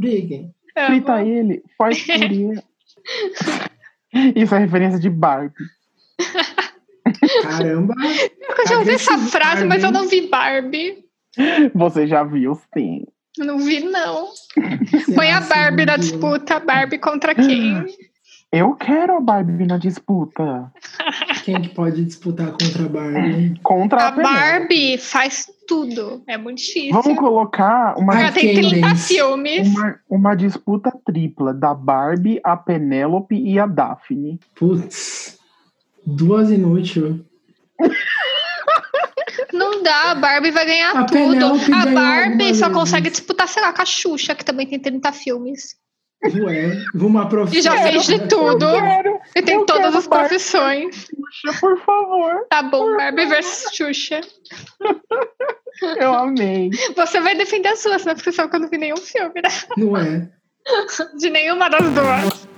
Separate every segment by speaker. Speaker 1: Briguem.
Speaker 2: Eu
Speaker 3: Frita
Speaker 2: vou-
Speaker 3: ele, faz furia. Isso é referência de Barbie.
Speaker 1: Caramba!
Speaker 2: Eu já ouvi essa
Speaker 1: Agressivo,
Speaker 2: frase, mas eu
Speaker 1: Barbie.
Speaker 2: não vi Barbie.
Speaker 3: Você já viu, sim.
Speaker 2: Eu Não vi, não.
Speaker 1: será
Speaker 3: é
Speaker 2: Põe a
Speaker 1: assim,
Speaker 2: Barbie na
Speaker 1: viu?
Speaker 3: né?
Speaker 2: disputa. Barbie contra quem?
Speaker 3: Eu quero a Barbie na disputa.
Speaker 1: Quem que pode disputar contra a
Speaker 2: É.
Speaker 1: Barbie?
Speaker 3: Contra a,
Speaker 2: A
Speaker 3: Penélope.
Speaker 2: Barbie faz tudo. É muito difícil.
Speaker 3: Vamos colocar uma,
Speaker 1: Ai,
Speaker 2: Ela tem
Speaker 1: quem
Speaker 2: 30
Speaker 1: vence?
Speaker 2: filmes.
Speaker 3: uma, uma disputa tripla da Barbie, a Penélope e a Daphne.
Speaker 1: Putz, duas inútil.
Speaker 2: Não dá, a Barbie vai ganhar
Speaker 1: A Penélope
Speaker 2: tudo. A
Speaker 1: ganhou
Speaker 2: Barbie
Speaker 1: algumas
Speaker 2: só
Speaker 1: vezes.
Speaker 2: consegue disputar, sei lá, com a Xuxa, que também tem 30 filmes.
Speaker 1: Ué, é. uma profissão.
Speaker 2: E já fez de tudo.
Speaker 3: Eu quero,
Speaker 2: E tem
Speaker 3: Eu
Speaker 2: todas
Speaker 3: quero
Speaker 2: as
Speaker 3: Barbie.
Speaker 2: profissões.
Speaker 3: Xuxa, por favor.
Speaker 2: Tá bom, Barbie versus Xuxa.
Speaker 3: Eu amei.
Speaker 2: Você vai defender a sua, senão você sabe que eu não vi nenhum filme, né?
Speaker 1: Não é.
Speaker 2: De nenhuma das duas.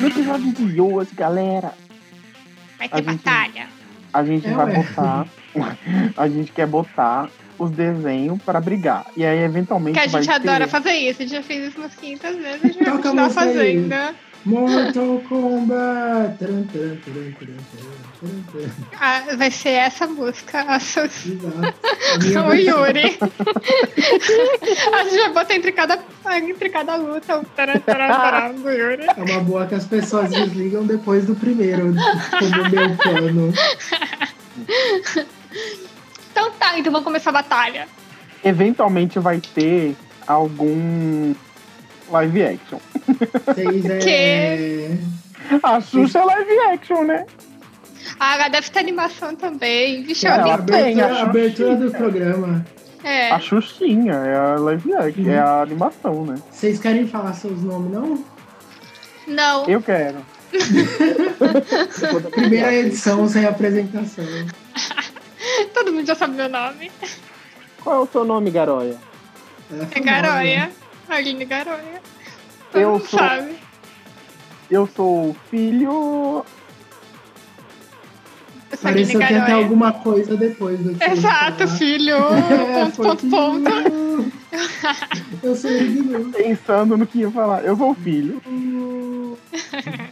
Speaker 3: No episódio de hoje, galera,
Speaker 2: Vai
Speaker 3: A
Speaker 2: ter
Speaker 3: gente-
Speaker 2: batalha.
Speaker 3: a gente
Speaker 1: É,
Speaker 3: vai
Speaker 1: ué.
Speaker 3: botar. A gente quer botar os desenhos pra brigar. E aí, eventualmente.
Speaker 2: Que a gente
Speaker 3: vai
Speaker 2: adora
Speaker 3: ter-
Speaker 2: fazer isso. A gente já fez isso umas 500 vezes. A gente vai
Speaker 1: Toca a
Speaker 2: continuar
Speaker 1: música aí.
Speaker 2: fazendo.
Speaker 1: Mortal Kombat. Tran, tran, tran, tran, tran, tran, tran.
Speaker 2: Ah, vai ser essa música, a sua
Speaker 1: Exato.
Speaker 2: São o
Speaker 1: Minha-
Speaker 2: Yuri. a gente já bota entre cada, entre cada luta o tará, tará, tará do Yuri.
Speaker 1: É uma boa que as pessoas desligam depois do primeiro, como meu plano.
Speaker 2: Então tá, então vamos começar a batalha.
Speaker 3: Eventualmente vai ter algum live action.
Speaker 1: Vocês é.
Speaker 3: A Xuxa é live action, né?
Speaker 2: Ah, ela deve ter animação também. Vixe, eu
Speaker 3: Ela
Speaker 1: a
Speaker 2: adoro.
Speaker 3: tem,
Speaker 1: abertura,
Speaker 3: a
Speaker 1: a abertura do
Speaker 3: Xuxa.
Speaker 1: programa.
Speaker 2: É.
Speaker 3: A Xuxinha é a live action, é a animação, né?
Speaker 1: Vocês querem falar seus nomes, não?
Speaker 2: Não,
Speaker 3: Eu quero.
Speaker 1: Primeira edição sem apresentação.
Speaker 2: todo mundo já sabe meu nome.
Speaker 3: Qual é o seu nome, Garoia?
Speaker 1: Ela
Speaker 2: É
Speaker 1: famosa.
Speaker 2: Garoia. Aline Garoia. Todo
Speaker 3: Eu
Speaker 2: mundo
Speaker 3: sou-
Speaker 2: sabe.
Speaker 3: Eu sou o filho.
Speaker 2: Eu sou Aline
Speaker 1: Pareceu que ia ter
Speaker 2: Garoia.
Speaker 1: alguma coisa depois do que
Speaker 2: Exato,
Speaker 1: você
Speaker 2: filho.
Speaker 1: falar. É,
Speaker 2: ponto, ponto, ponto.
Speaker 1: ponto. Eu sou Yuri Gnu.
Speaker 3: Pensando no que ia falar. Eu sou o filho.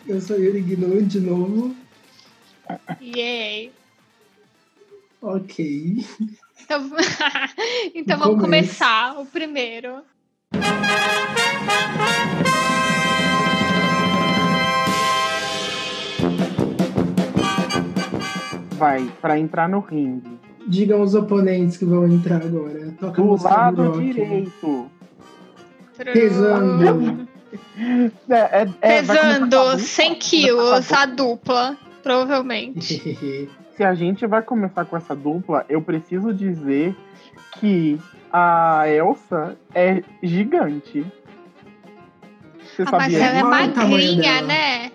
Speaker 1: Eu sou Yuri Gnu de novo.
Speaker 2: Yay.
Speaker 1: Ok.
Speaker 2: Então, então vamos
Speaker 1: Começo.
Speaker 2: começar o primeiro.
Speaker 3: Vai, pra entrar no ringue.
Speaker 1: Digam os oponentes que vão entrar agora. Toca a
Speaker 3: Do
Speaker 1: música do
Speaker 3: lado
Speaker 1: rock.
Speaker 3: direito.
Speaker 1: Pesando.
Speaker 3: É- é- é, vai começar
Speaker 2: Pesando
Speaker 3: com-
Speaker 2: 100 quilos, a dupla, provavelmente.
Speaker 3: Se a gente vai começar com essa dupla, eu preciso dizer que a Elsa é gigante. Você
Speaker 2: Ah, mas
Speaker 3: sabia?
Speaker 2: ela é
Speaker 3: disso?
Speaker 1: Qual o tamanho
Speaker 2: magrinha,
Speaker 1: dela?
Speaker 2: né?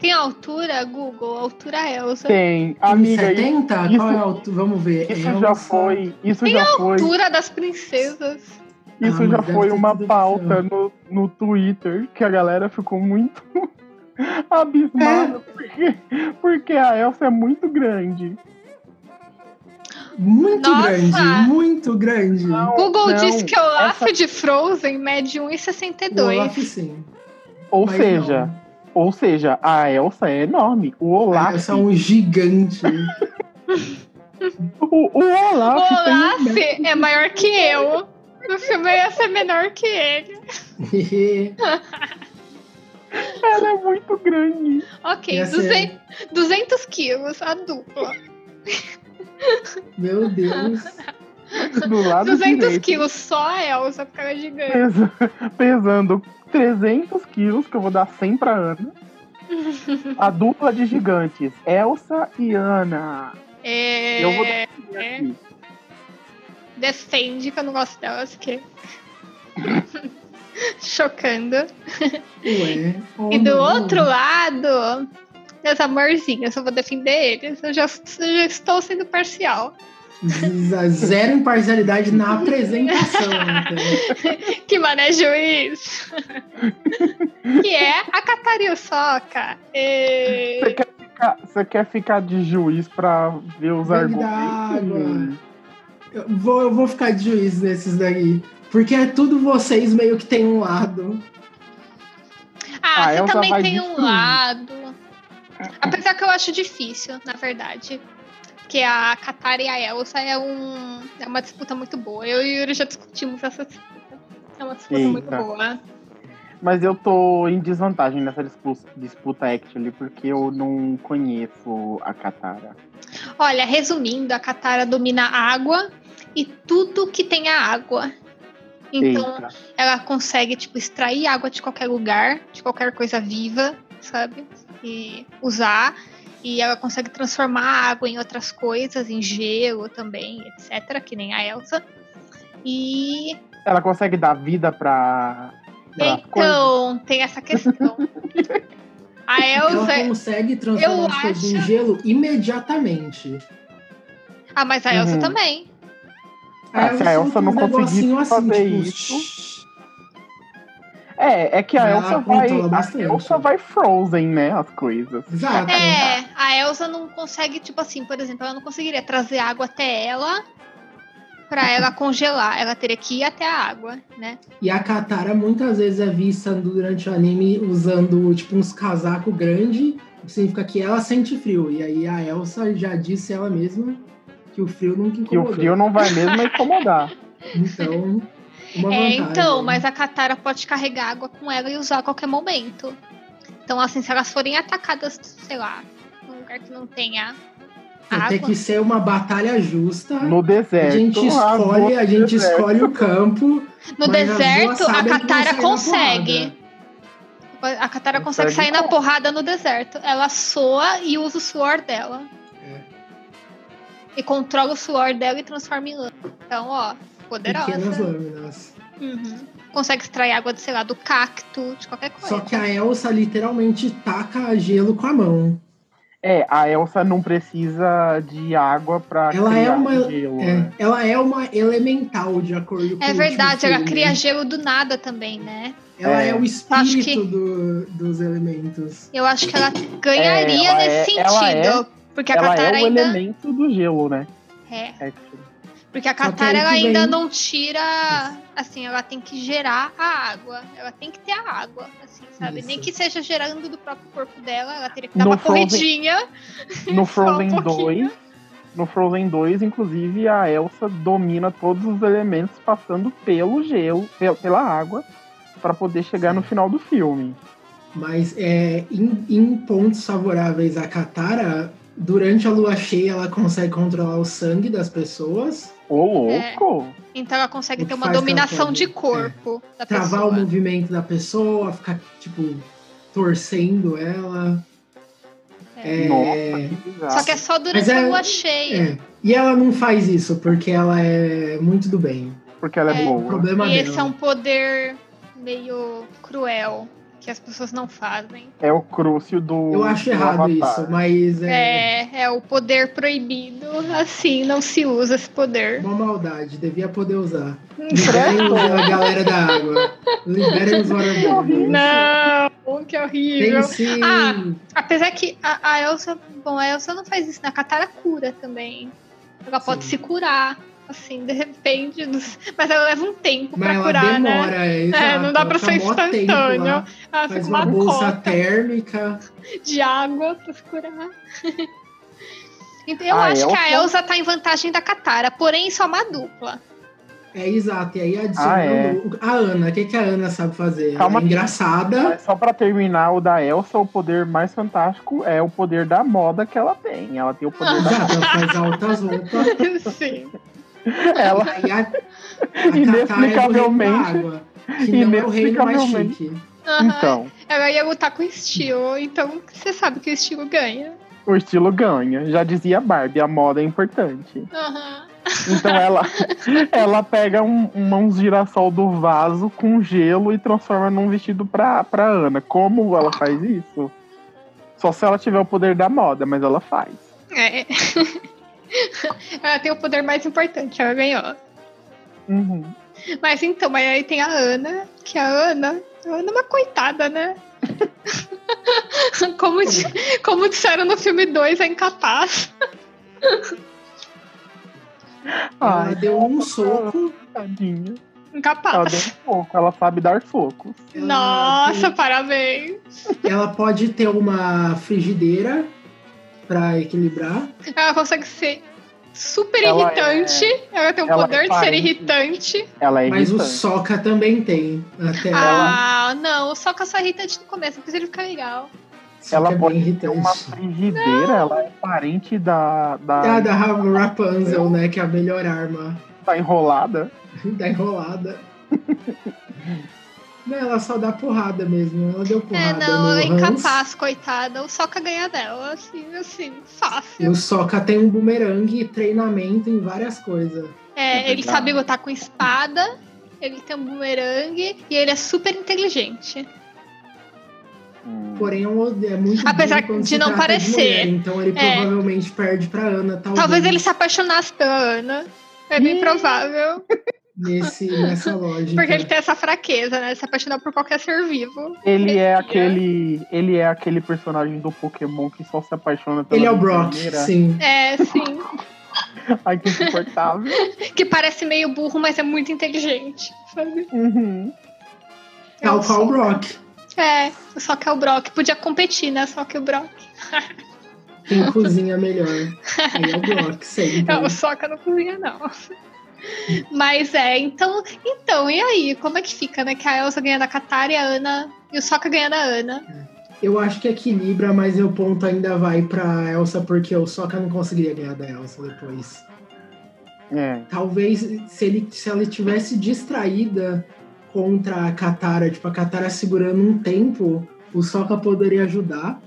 Speaker 2: Tem altura, Google? Altura é Elsa.
Speaker 3: Tem,
Speaker 1: Em
Speaker 3: amiga. isso-
Speaker 1: 70? Qual é a altura? Vamos ver. um
Speaker 3: Isso
Speaker 1: é Elsa.
Speaker 3: já foi, isso já foi,
Speaker 2: Altura das princesas.
Speaker 3: isso
Speaker 1: Ah,
Speaker 3: já
Speaker 1: mas deve
Speaker 3: foi
Speaker 1: ter
Speaker 3: uma
Speaker 1: sido
Speaker 3: pauta no, no Twitter que a galera ficou muito abismada
Speaker 2: É.
Speaker 3: porque, porque a Elsa é muito grande.
Speaker 1: Muito
Speaker 2: Nossa!
Speaker 1: grande, muito grande.
Speaker 3: Não,
Speaker 2: Google
Speaker 3: não,
Speaker 2: diz que o Olaf
Speaker 3: essa-
Speaker 2: de Frozen mede
Speaker 1: O Olaf
Speaker 2: 1,62.
Speaker 1: sim.
Speaker 3: ou
Speaker 1: mas
Speaker 3: seja,
Speaker 1: não.
Speaker 3: ou seja, a Elsa é enorme. O Olaf,
Speaker 1: Ah, Essa é um gigante.
Speaker 3: o, o
Speaker 2: O
Speaker 3: Olaf, tem um
Speaker 2: Olaf
Speaker 1: né?
Speaker 2: é maior que eu. No filme eu ia ser menor que ele.
Speaker 3: Ela é muito grande.
Speaker 2: Ok,
Speaker 1: Ia ser-
Speaker 2: 200, 200 quilos, a dupla.
Speaker 1: Meu Deus.
Speaker 3: Do lado
Speaker 2: 200
Speaker 3: direito,
Speaker 2: quilos só a Elsa, porque ela é gigante.
Speaker 3: pesa- pesando 300 quilos, que eu vou dar 100 pra Ana. A dupla de gigantes, Elsa e Ana.
Speaker 2: É...
Speaker 3: Eu vou
Speaker 2: É.
Speaker 3: aqui.
Speaker 2: assim, defende que eu não gosto delas, que Chocando.
Speaker 1: Ué.
Speaker 2: E do
Speaker 1: Oh, não.
Speaker 2: outro lado, meus amorzinhos, eu só vou defender eles. Eu já, eu já estou sendo parcial.
Speaker 1: Z- Zero imparcialidade na apresentação. Então.
Speaker 2: Que mané juiz! que é a Cataril Soca. E...
Speaker 3: Você quer, ficar, você quer ficar de juiz pra ver os
Speaker 1: Bebe da
Speaker 3: argumentos?
Speaker 1: Eu vou, eu vou ficar de juiz nesses daí. Porque é tudo vocês meio que tem um lado.
Speaker 2: Ah,
Speaker 3: Ah,
Speaker 2: você
Speaker 3: Elsa
Speaker 2: também
Speaker 3: vai
Speaker 2: tem um
Speaker 3: destruir.
Speaker 2: lado. Apesar que eu acho difícil, na verdade. Porque a Katara e a Elsa é, um, é uma disputa muito boa. Eu e o Yuri já discutimos essa disputa. É uma disputa muito
Speaker 3: Eita.
Speaker 2: boa.
Speaker 3: Mas eu tô em desvantagem nessa dispu- disputa, actually, porque eu não conheço a Katara.
Speaker 2: Olha, resumindo, a Katara domina a água e tudo que tem a água. Então,
Speaker 3: Eita.
Speaker 2: ela consegue, tipo, extrair água de qualquer lugar, de qualquer coisa viva, sabe? E usar. E ela consegue transformar a água em outras coisas, em gelo também, etc. Que nem a Elsa. E.
Speaker 3: Ela consegue dar vida pra. pra coisa?
Speaker 2: então, tem essa questão. a Elsa.
Speaker 1: Ela consegue transformar
Speaker 2: eu
Speaker 1: as coisas em
Speaker 2: acho-
Speaker 1: gelo imediatamente.
Speaker 3: É,
Speaker 2: Ah, mas a Elsa
Speaker 3: Uhum.
Speaker 2: também.
Speaker 3: Ah, se a Elsa não
Speaker 1: tem um
Speaker 3: conseguir
Speaker 1: negocinho
Speaker 3: fazer isso, É, é que a
Speaker 1: Ela
Speaker 3: Elsa vai.
Speaker 1: Ah, controla
Speaker 3: A
Speaker 1: bastante.
Speaker 3: Elsa vai frozen, né? As coisas.
Speaker 1: Exato.
Speaker 2: É, a Elsa não consegue, tipo assim, por exemplo, ela não conseguiria trazer água até ela pra ela congelar. Ela teria que ir até a água, né?
Speaker 1: E a Katara muitas vezes é vista durante o anime usando tipo uns casaco grande, o que significa que ela sente frio. E aí a Elsa já disse ela mesma que o frio nunca
Speaker 3: Que
Speaker 1: incomodou.
Speaker 3: o frio não vai mesmo incomodar.
Speaker 1: Então, uma
Speaker 2: É,
Speaker 1: vantagem.
Speaker 2: então, mas a Katara pode carregar água com ela e usar a qualquer momento. Então, assim, se elas forem atacadas, sei lá, num lugar que não tenha
Speaker 1: Vai ter
Speaker 2: água.
Speaker 1: que ser uma batalha justa.
Speaker 3: No
Speaker 1: a
Speaker 3: deserto.
Speaker 1: gente escolhe, a gente escolhe o campo.
Speaker 2: No
Speaker 1: mas as duas
Speaker 2: deserto, a
Speaker 1: sabem que vão
Speaker 2: Katara
Speaker 1: sair na
Speaker 2: consegue.
Speaker 1: porrada.
Speaker 2: A Katara consegue
Speaker 3: Consegue
Speaker 2: sair na
Speaker 3: como?
Speaker 2: porrada no deserto. Ela soa e usa o suor dela.
Speaker 1: É.
Speaker 2: E controla o suor dela e transforma em lama. Então, ó,
Speaker 1: Pequenas
Speaker 2: poderosa.
Speaker 1: lâminas.
Speaker 2: Uhum. Consegue extrair água, sei lá, do cacto, de qualquer coisa.
Speaker 1: Só que a Elsa literalmente taca gelo com a mão.
Speaker 3: É, a Elsa não precisa de água pra
Speaker 1: Ela é
Speaker 3: criar
Speaker 1: uma-
Speaker 3: gelo.
Speaker 1: É,
Speaker 3: né?
Speaker 1: ela é uma elemental, de acordo com o
Speaker 2: É
Speaker 1: último
Speaker 2: verdade, ela
Speaker 1: filme.
Speaker 2: cria gelo do nada também, né?
Speaker 1: Ela é,
Speaker 3: É.
Speaker 1: o
Speaker 2: acho
Speaker 1: espírito
Speaker 2: que-
Speaker 1: do- dos elementos.
Speaker 2: Eu acho que ela ganharia
Speaker 3: ela
Speaker 2: nesse
Speaker 3: é- ela
Speaker 2: sentido. porque a
Speaker 3: Ela é o
Speaker 2: Katara ainda.
Speaker 3: elemento do gelo, né? tipo,
Speaker 2: É,
Speaker 3: Actually.
Speaker 2: porque a
Speaker 1: que aí
Speaker 2: Katara ela
Speaker 1: que
Speaker 2: ainda
Speaker 1: vem-
Speaker 2: não tira. Assim, ela tem que gerar a água. Ela tem que ter a água, assim, sabe? Nem
Speaker 1: Isso.
Speaker 2: que seja gerando do próprio corpo dela, ela teria que dar
Speaker 3: No
Speaker 2: uma
Speaker 3: Frozen-
Speaker 2: corridinha.
Speaker 3: No
Speaker 2: Só um
Speaker 3: Frozen
Speaker 2: pouquinho.
Speaker 3: 2. No Frozen 2, inclusive, a Elsa domina todos os elementos passando pelo gelo, pel- pela água, pra poder chegar no final do filme.
Speaker 1: Mas é, em, em pontos favoráveis à Katara, durante a lua cheia ela consegue controlar o sangue das pessoas,
Speaker 3: Ô,
Speaker 2: É.
Speaker 3: louco!
Speaker 2: Então ela consegue
Speaker 1: O
Speaker 2: ter
Speaker 1: que
Speaker 2: uma
Speaker 1: faz que ela
Speaker 2: dominação
Speaker 1: pode-
Speaker 2: de
Speaker 3: é.
Speaker 2: corpo da
Speaker 1: travar
Speaker 2: pessoa.
Speaker 1: o movimento da pessoa, ficar, tipo, torcendo ela.
Speaker 2: É.
Speaker 1: É.
Speaker 3: Nossa, que bizarro.
Speaker 2: Só que é só durante
Speaker 1: é-
Speaker 2: a lua cheia.
Speaker 1: É. E ela não faz isso porque ela é muito do bem.
Speaker 3: Porque ela é,
Speaker 2: É.
Speaker 1: O
Speaker 3: boa.
Speaker 1: problema
Speaker 2: E
Speaker 1: dela.
Speaker 2: esse
Speaker 3: né?
Speaker 2: é um poder meio cruel que as pessoas não fazem.
Speaker 3: É o crucio do.
Speaker 1: Eu acho
Speaker 3: do
Speaker 1: errado
Speaker 3: Avatar.
Speaker 1: isso, mas é,
Speaker 2: É, é o poder proibido. Assim, não se usa esse poder.
Speaker 1: uma maldade, devia poder usar.
Speaker 3: Credo.
Speaker 1: Liberem a galera da água. Liberem os vagabundos.
Speaker 2: Não, que
Speaker 1: Tem
Speaker 2: horrível.
Speaker 1: sim.
Speaker 2: Ah, Apesar que a, a Elsa, bom, a Elsa não faz isso, na Katara cura também. Ela pode
Speaker 1: Sim.
Speaker 2: se curar, assim, de repente, dos- mas ela leva um tempo
Speaker 1: mas
Speaker 2: pra
Speaker 1: ela
Speaker 2: curar,
Speaker 1: demora,
Speaker 2: né?
Speaker 1: é, exato,
Speaker 2: não dá pra
Speaker 1: ela
Speaker 2: ser
Speaker 1: fica mó tempo
Speaker 2: instantâneo.
Speaker 1: lá,
Speaker 2: Ela fica
Speaker 1: Faz
Speaker 2: uma,
Speaker 1: uma bolsa
Speaker 2: cota
Speaker 1: térmica.
Speaker 2: de água pra se curar. Então, Eu
Speaker 3: A
Speaker 2: acho que a
Speaker 3: Elsa-
Speaker 2: Elsa tá em vantagem da Katara, porém isso é uma dupla.
Speaker 1: É exato. E aí adicionando
Speaker 3: Ah, é.
Speaker 1: o- a Ana. O que, que a Ana sabe fazer? ela
Speaker 3: Calma
Speaker 1: é
Speaker 3: aí.
Speaker 1: engraçada.
Speaker 3: Mas Só pra terminar, o da Elsa, o poder mais fantástico é o poder da moda que ela tem. Ela tem o poder da.
Speaker 1: Exato, ela faz altas roupas.
Speaker 2: Sim.
Speaker 3: Ela
Speaker 1: E a, a Katara é do reino da
Speaker 3: Inexplicavelmente.
Speaker 1: água. Que não é o reino mais
Speaker 3: Inexplicavelmente.
Speaker 1: chique.
Speaker 2: Aham.
Speaker 3: Então,
Speaker 2: Ela ia lutar com estilo, então você sabe que o estilo ganha.
Speaker 3: o estilo ganha. Já dizia a Barbie, a moda é importante.
Speaker 2: Aham.
Speaker 3: Então ela, ela pega um, um- uns girassol do vaso com gelo e transforma num vestido pra, pra Ana. Como ela faz isso? Só se ela tiver o poder da moda, mas ela faz.
Speaker 2: É. ela tem o poder mais importante, ela ganhou.
Speaker 3: Uhum.
Speaker 2: Mas então, mas aí tem a Ana, que a Ana, a Ana é uma coitada, né? como, di- como disseram no filme 2, é incapaz.
Speaker 1: Ela
Speaker 3: Ai,
Speaker 1: deu um soco.
Speaker 3: tadinha. Ela deu
Speaker 2: Incapaz.
Speaker 3: um soco, ela sabe dar socos.
Speaker 1: ela-
Speaker 2: Nossa, parabéns.
Speaker 1: Ela pode ter uma frigideira pra equilibrar.
Speaker 2: Ela consegue ser super
Speaker 3: Ela é-
Speaker 2: irritante. Ela tem o
Speaker 3: ela é
Speaker 2: poder de ser
Speaker 3: parente.
Speaker 2: irritante.
Speaker 3: Ela é
Speaker 1: Mas o
Speaker 3: irritante.
Speaker 1: Soca também tem. Até ela.
Speaker 2: Ah, não, só com essa irritante no começo, depois ele fica legal.
Speaker 1: Soca
Speaker 3: Ela
Speaker 1: é bem
Speaker 3: pode ter
Speaker 1: irritante.
Speaker 3: uma frigideira, ela é parente da, da,
Speaker 1: Ah, da Ra- Rapunzel, né? Que é a melhor arma
Speaker 3: da enrolada.
Speaker 1: da enrolada. não, ela só dá porrada mesmo. Ela deu
Speaker 2: É,
Speaker 1: porrada
Speaker 2: não,
Speaker 1: no
Speaker 2: ela é
Speaker 1: Hans.
Speaker 2: incapaz, coitada. O Soca ganha dela, assim, assim,
Speaker 1: E
Speaker 2: fácil.
Speaker 1: o Soca tem um bumerangue, treinamento em várias coisas.
Speaker 2: É,
Speaker 3: É
Speaker 2: ele sabe
Speaker 3: verdade.
Speaker 2: lutar com espada, ele tem um bumerangue e ele é super inteligente.
Speaker 3: Hum.
Speaker 1: Porém, é um- é muito
Speaker 2: Apesar
Speaker 1: bom quando
Speaker 2: de
Speaker 1: se
Speaker 2: não
Speaker 1: trata
Speaker 2: parecer.
Speaker 1: mulher, então ele
Speaker 2: É.
Speaker 1: provavelmente perde pra Ana, talvez.
Speaker 2: Talvez ele se apaixonasse pela Ana. É bem
Speaker 3: Ih.
Speaker 2: provável.
Speaker 1: Nesse, nessa lógica.
Speaker 2: Porque ele tem essa fraqueza, né? Se apaixonar por qualquer ser vivo.
Speaker 3: Ele é
Speaker 2: Respira.
Speaker 3: aquele. Ele é aquele personagem do Pokémon que só se apaixona pela
Speaker 1: Ele é o Brock,
Speaker 3: primeira.
Speaker 1: sim.
Speaker 2: É, sim.
Speaker 3: Ai, que insuportável.
Speaker 2: que parece meio burro, mas é muito inteligente. Sabe?
Speaker 3: Uhum.
Speaker 2: É
Speaker 1: Tal
Speaker 2: o
Speaker 1: qual o
Speaker 2: Soca.
Speaker 1: Brock.
Speaker 2: É, só que é o Brock. Podia competir, né? Só que o Brock.
Speaker 1: Quem cozinha melhor. Aí é o Brock, sempre.
Speaker 2: Não, o Soca não cozinha, não. Mas é, então, então, e aí? Como é que fica, né? Que a Elsa ganha da Katara e a Ana. E o Soca ganha da Ana.
Speaker 1: Eu acho que equilibra, mas o ponto ainda vai pra Elsa, porque o Sokka não conseguiria ganhar da Elsa depois.
Speaker 3: É.
Speaker 1: Talvez se, ele, se ela tivesse distraída contra a Katara, tipo, a Katara segurando um tempo, o Sokka poderia ajudar.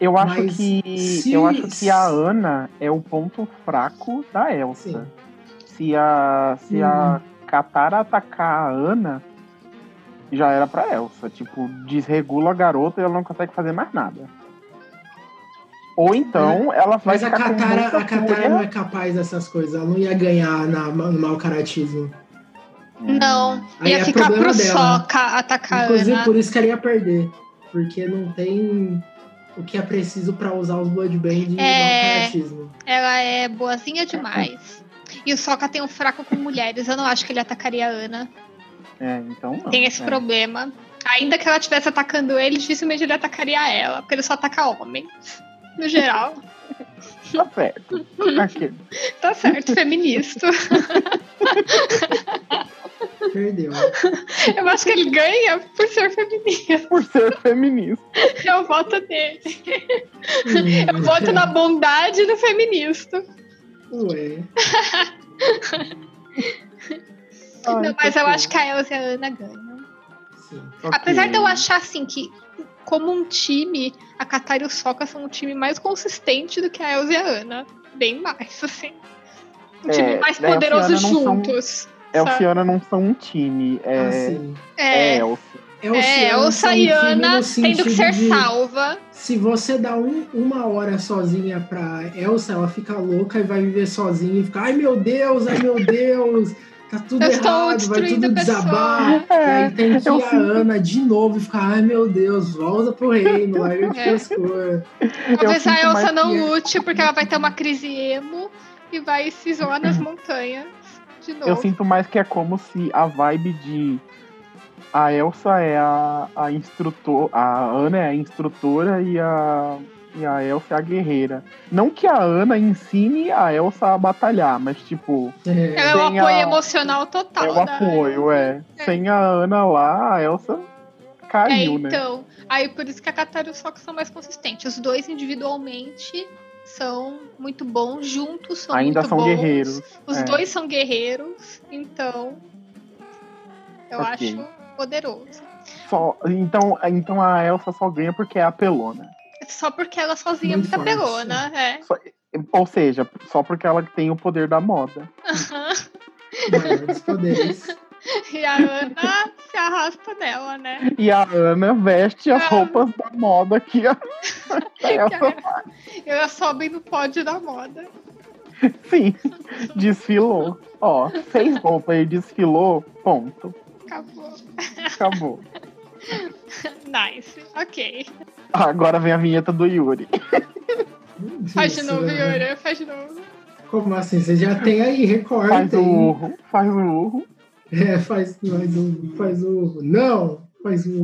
Speaker 3: Eu acho
Speaker 1: Mas
Speaker 3: que.
Speaker 1: se-
Speaker 3: Eu acho que a Ana é o ponto fraco da Elsa.
Speaker 1: Sim. Uhum.
Speaker 3: Se a. Se a Katara atacar a Ana, já era pra Elsa. Tipo, desregula a garota e ela não consegue fazer mais nada. Ou então ela vai
Speaker 1: É. Mas a
Speaker 3: ficar com
Speaker 1: Katara,
Speaker 3: muita
Speaker 1: a Katara
Speaker 3: fúria.
Speaker 1: não é capaz dessas coisas, ela não ia ganhar na, no mau caratismo.
Speaker 2: Não,
Speaker 1: Aí
Speaker 2: ia
Speaker 1: é
Speaker 2: ficar pro
Speaker 1: problema dela.
Speaker 2: Soca atacar a
Speaker 1: Inclusive,
Speaker 2: Ana.
Speaker 1: por isso que ela ia perder. Porque não tem o que é preciso pra usar os Bloodband no
Speaker 2: É.
Speaker 1: mau caratismo.
Speaker 2: Ela é boazinha demais. E o Soca tem um fraco com mulheres. Eu não acho que ele atacaria a Ana.
Speaker 3: É, então não.
Speaker 2: Tem esse
Speaker 3: É.
Speaker 2: problema. Ainda que ela estivesse atacando ele, dificilmente ele atacaria ela. Porque ele só ataca homem. No geral.
Speaker 3: Tá certo. Aquele.
Speaker 2: tá certo, feminista.
Speaker 1: Perdeu.
Speaker 2: Eu acho que ele ganha por ser feminista.
Speaker 3: Por ser feminista.
Speaker 2: Eu voto nele.
Speaker 3: Uhum.
Speaker 2: Eu voto na bondade do feminista.
Speaker 1: Ué.
Speaker 3: Ai,
Speaker 2: Não, mas eu
Speaker 3: tadinha.
Speaker 2: acho que a Elsa e a Ana ganham.
Speaker 1: Sim.
Speaker 3: Ok.
Speaker 2: Apesar de eu achar, assim, que como um time, a Katara e o Sokka são um time mais consistente do que a Elsa e a Ana. Bem mais, assim. Um
Speaker 3: É,
Speaker 2: time mais
Speaker 3: né, a
Speaker 2: poderoso
Speaker 3: Fiona não são-
Speaker 2: juntos.
Speaker 3: Elsa
Speaker 2: sabe?
Speaker 3: e Ana não são um time. É,
Speaker 1: Assim.
Speaker 3: é
Speaker 2: É,
Speaker 3: Elsa.
Speaker 2: é,
Speaker 1: Elciana
Speaker 2: Elsa
Speaker 1: são
Speaker 2: e
Speaker 1: um time
Speaker 2: Ana
Speaker 1: no
Speaker 2: tendo que
Speaker 1: sentido
Speaker 2: ser
Speaker 1: de,
Speaker 2: salva.
Speaker 1: Se você dá um- uma hora sozinha pra Elsa, ela fica louca e vai viver sozinha e fica, ai meu Deus, ai meu Deus, tá tudo
Speaker 2: Eu estou
Speaker 1: errado, vai
Speaker 2: destruindo
Speaker 1: tudo
Speaker 2: a pessoa.
Speaker 1: desabar. e
Speaker 3: É,
Speaker 1: aí tem que ir
Speaker 3: eu
Speaker 1: a
Speaker 3: sinto-
Speaker 1: Ana de novo e ficar, ai meu Deus, volta pro reino, larga de
Speaker 2: É.
Speaker 1: frescura.
Speaker 2: Talvez a
Speaker 3: sinto um mais
Speaker 2: Elsa não
Speaker 3: que-
Speaker 2: lute, porque ela vai ter uma crise emo e vai se isolar nas montanhas de novo.
Speaker 3: eu sinto mais que é como se a vibe de. A Elsa é a, a instrutora. A Ana é a instrutora e a. E a Elsa é a guerreira. Não que a Ana ensine a Elsa a batalhar, mas tipo,
Speaker 1: É.
Speaker 2: Ela é o
Speaker 3: Tem
Speaker 2: apoio
Speaker 3: a-
Speaker 2: emocional total.
Speaker 3: é o
Speaker 2: da-
Speaker 3: apoio, é.
Speaker 2: Tá É.
Speaker 3: Sem a Ana lá, a Elsa
Speaker 2: É,
Speaker 3: caiu, né?
Speaker 2: então. Aí por isso que a Katara e o Sokka são mais consistentes. Os dois individualmente são muito bons, juntos são
Speaker 3: Ainda
Speaker 2: muito
Speaker 3: são
Speaker 2: bons.
Speaker 3: guerreiros.
Speaker 2: Os
Speaker 3: é.
Speaker 2: dois são guerreiros, então eu
Speaker 3: Ok.
Speaker 2: acho poderoso.
Speaker 3: Só, então, então a Elsa só ganha porque é apelona.
Speaker 2: Só porque ela sozinha é
Speaker 1: Muito
Speaker 2: muito
Speaker 1: forte.
Speaker 2: apelona, é.
Speaker 3: Ou seja, só porque ela tem o poder da moda.
Speaker 1: Mano, os poderes.
Speaker 2: e a Ana se arrasta nela, né?
Speaker 3: E a Ana veste
Speaker 2: Ah.
Speaker 3: as roupas da moda que a que a Elsa
Speaker 2: Ela sobe no pódio da moda.
Speaker 3: Sim, assim, desfilou. Ó, fez roupa e desfilou, ponto.
Speaker 2: Acabou.
Speaker 3: Acabou.
Speaker 2: Nice. Ok.
Speaker 3: Agora vem a vinheta do Yuri.
Speaker 2: Faz de
Speaker 1: Isso,
Speaker 2: novo,
Speaker 1: né?
Speaker 2: Yuri. Faz de novo.
Speaker 1: Como assim? Você já tem aí, recorda.
Speaker 3: Faz o
Speaker 1: aí.
Speaker 3: urro, faz o urro.
Speaker 1: É, faz, faz o. Faz o. Não! Faz o.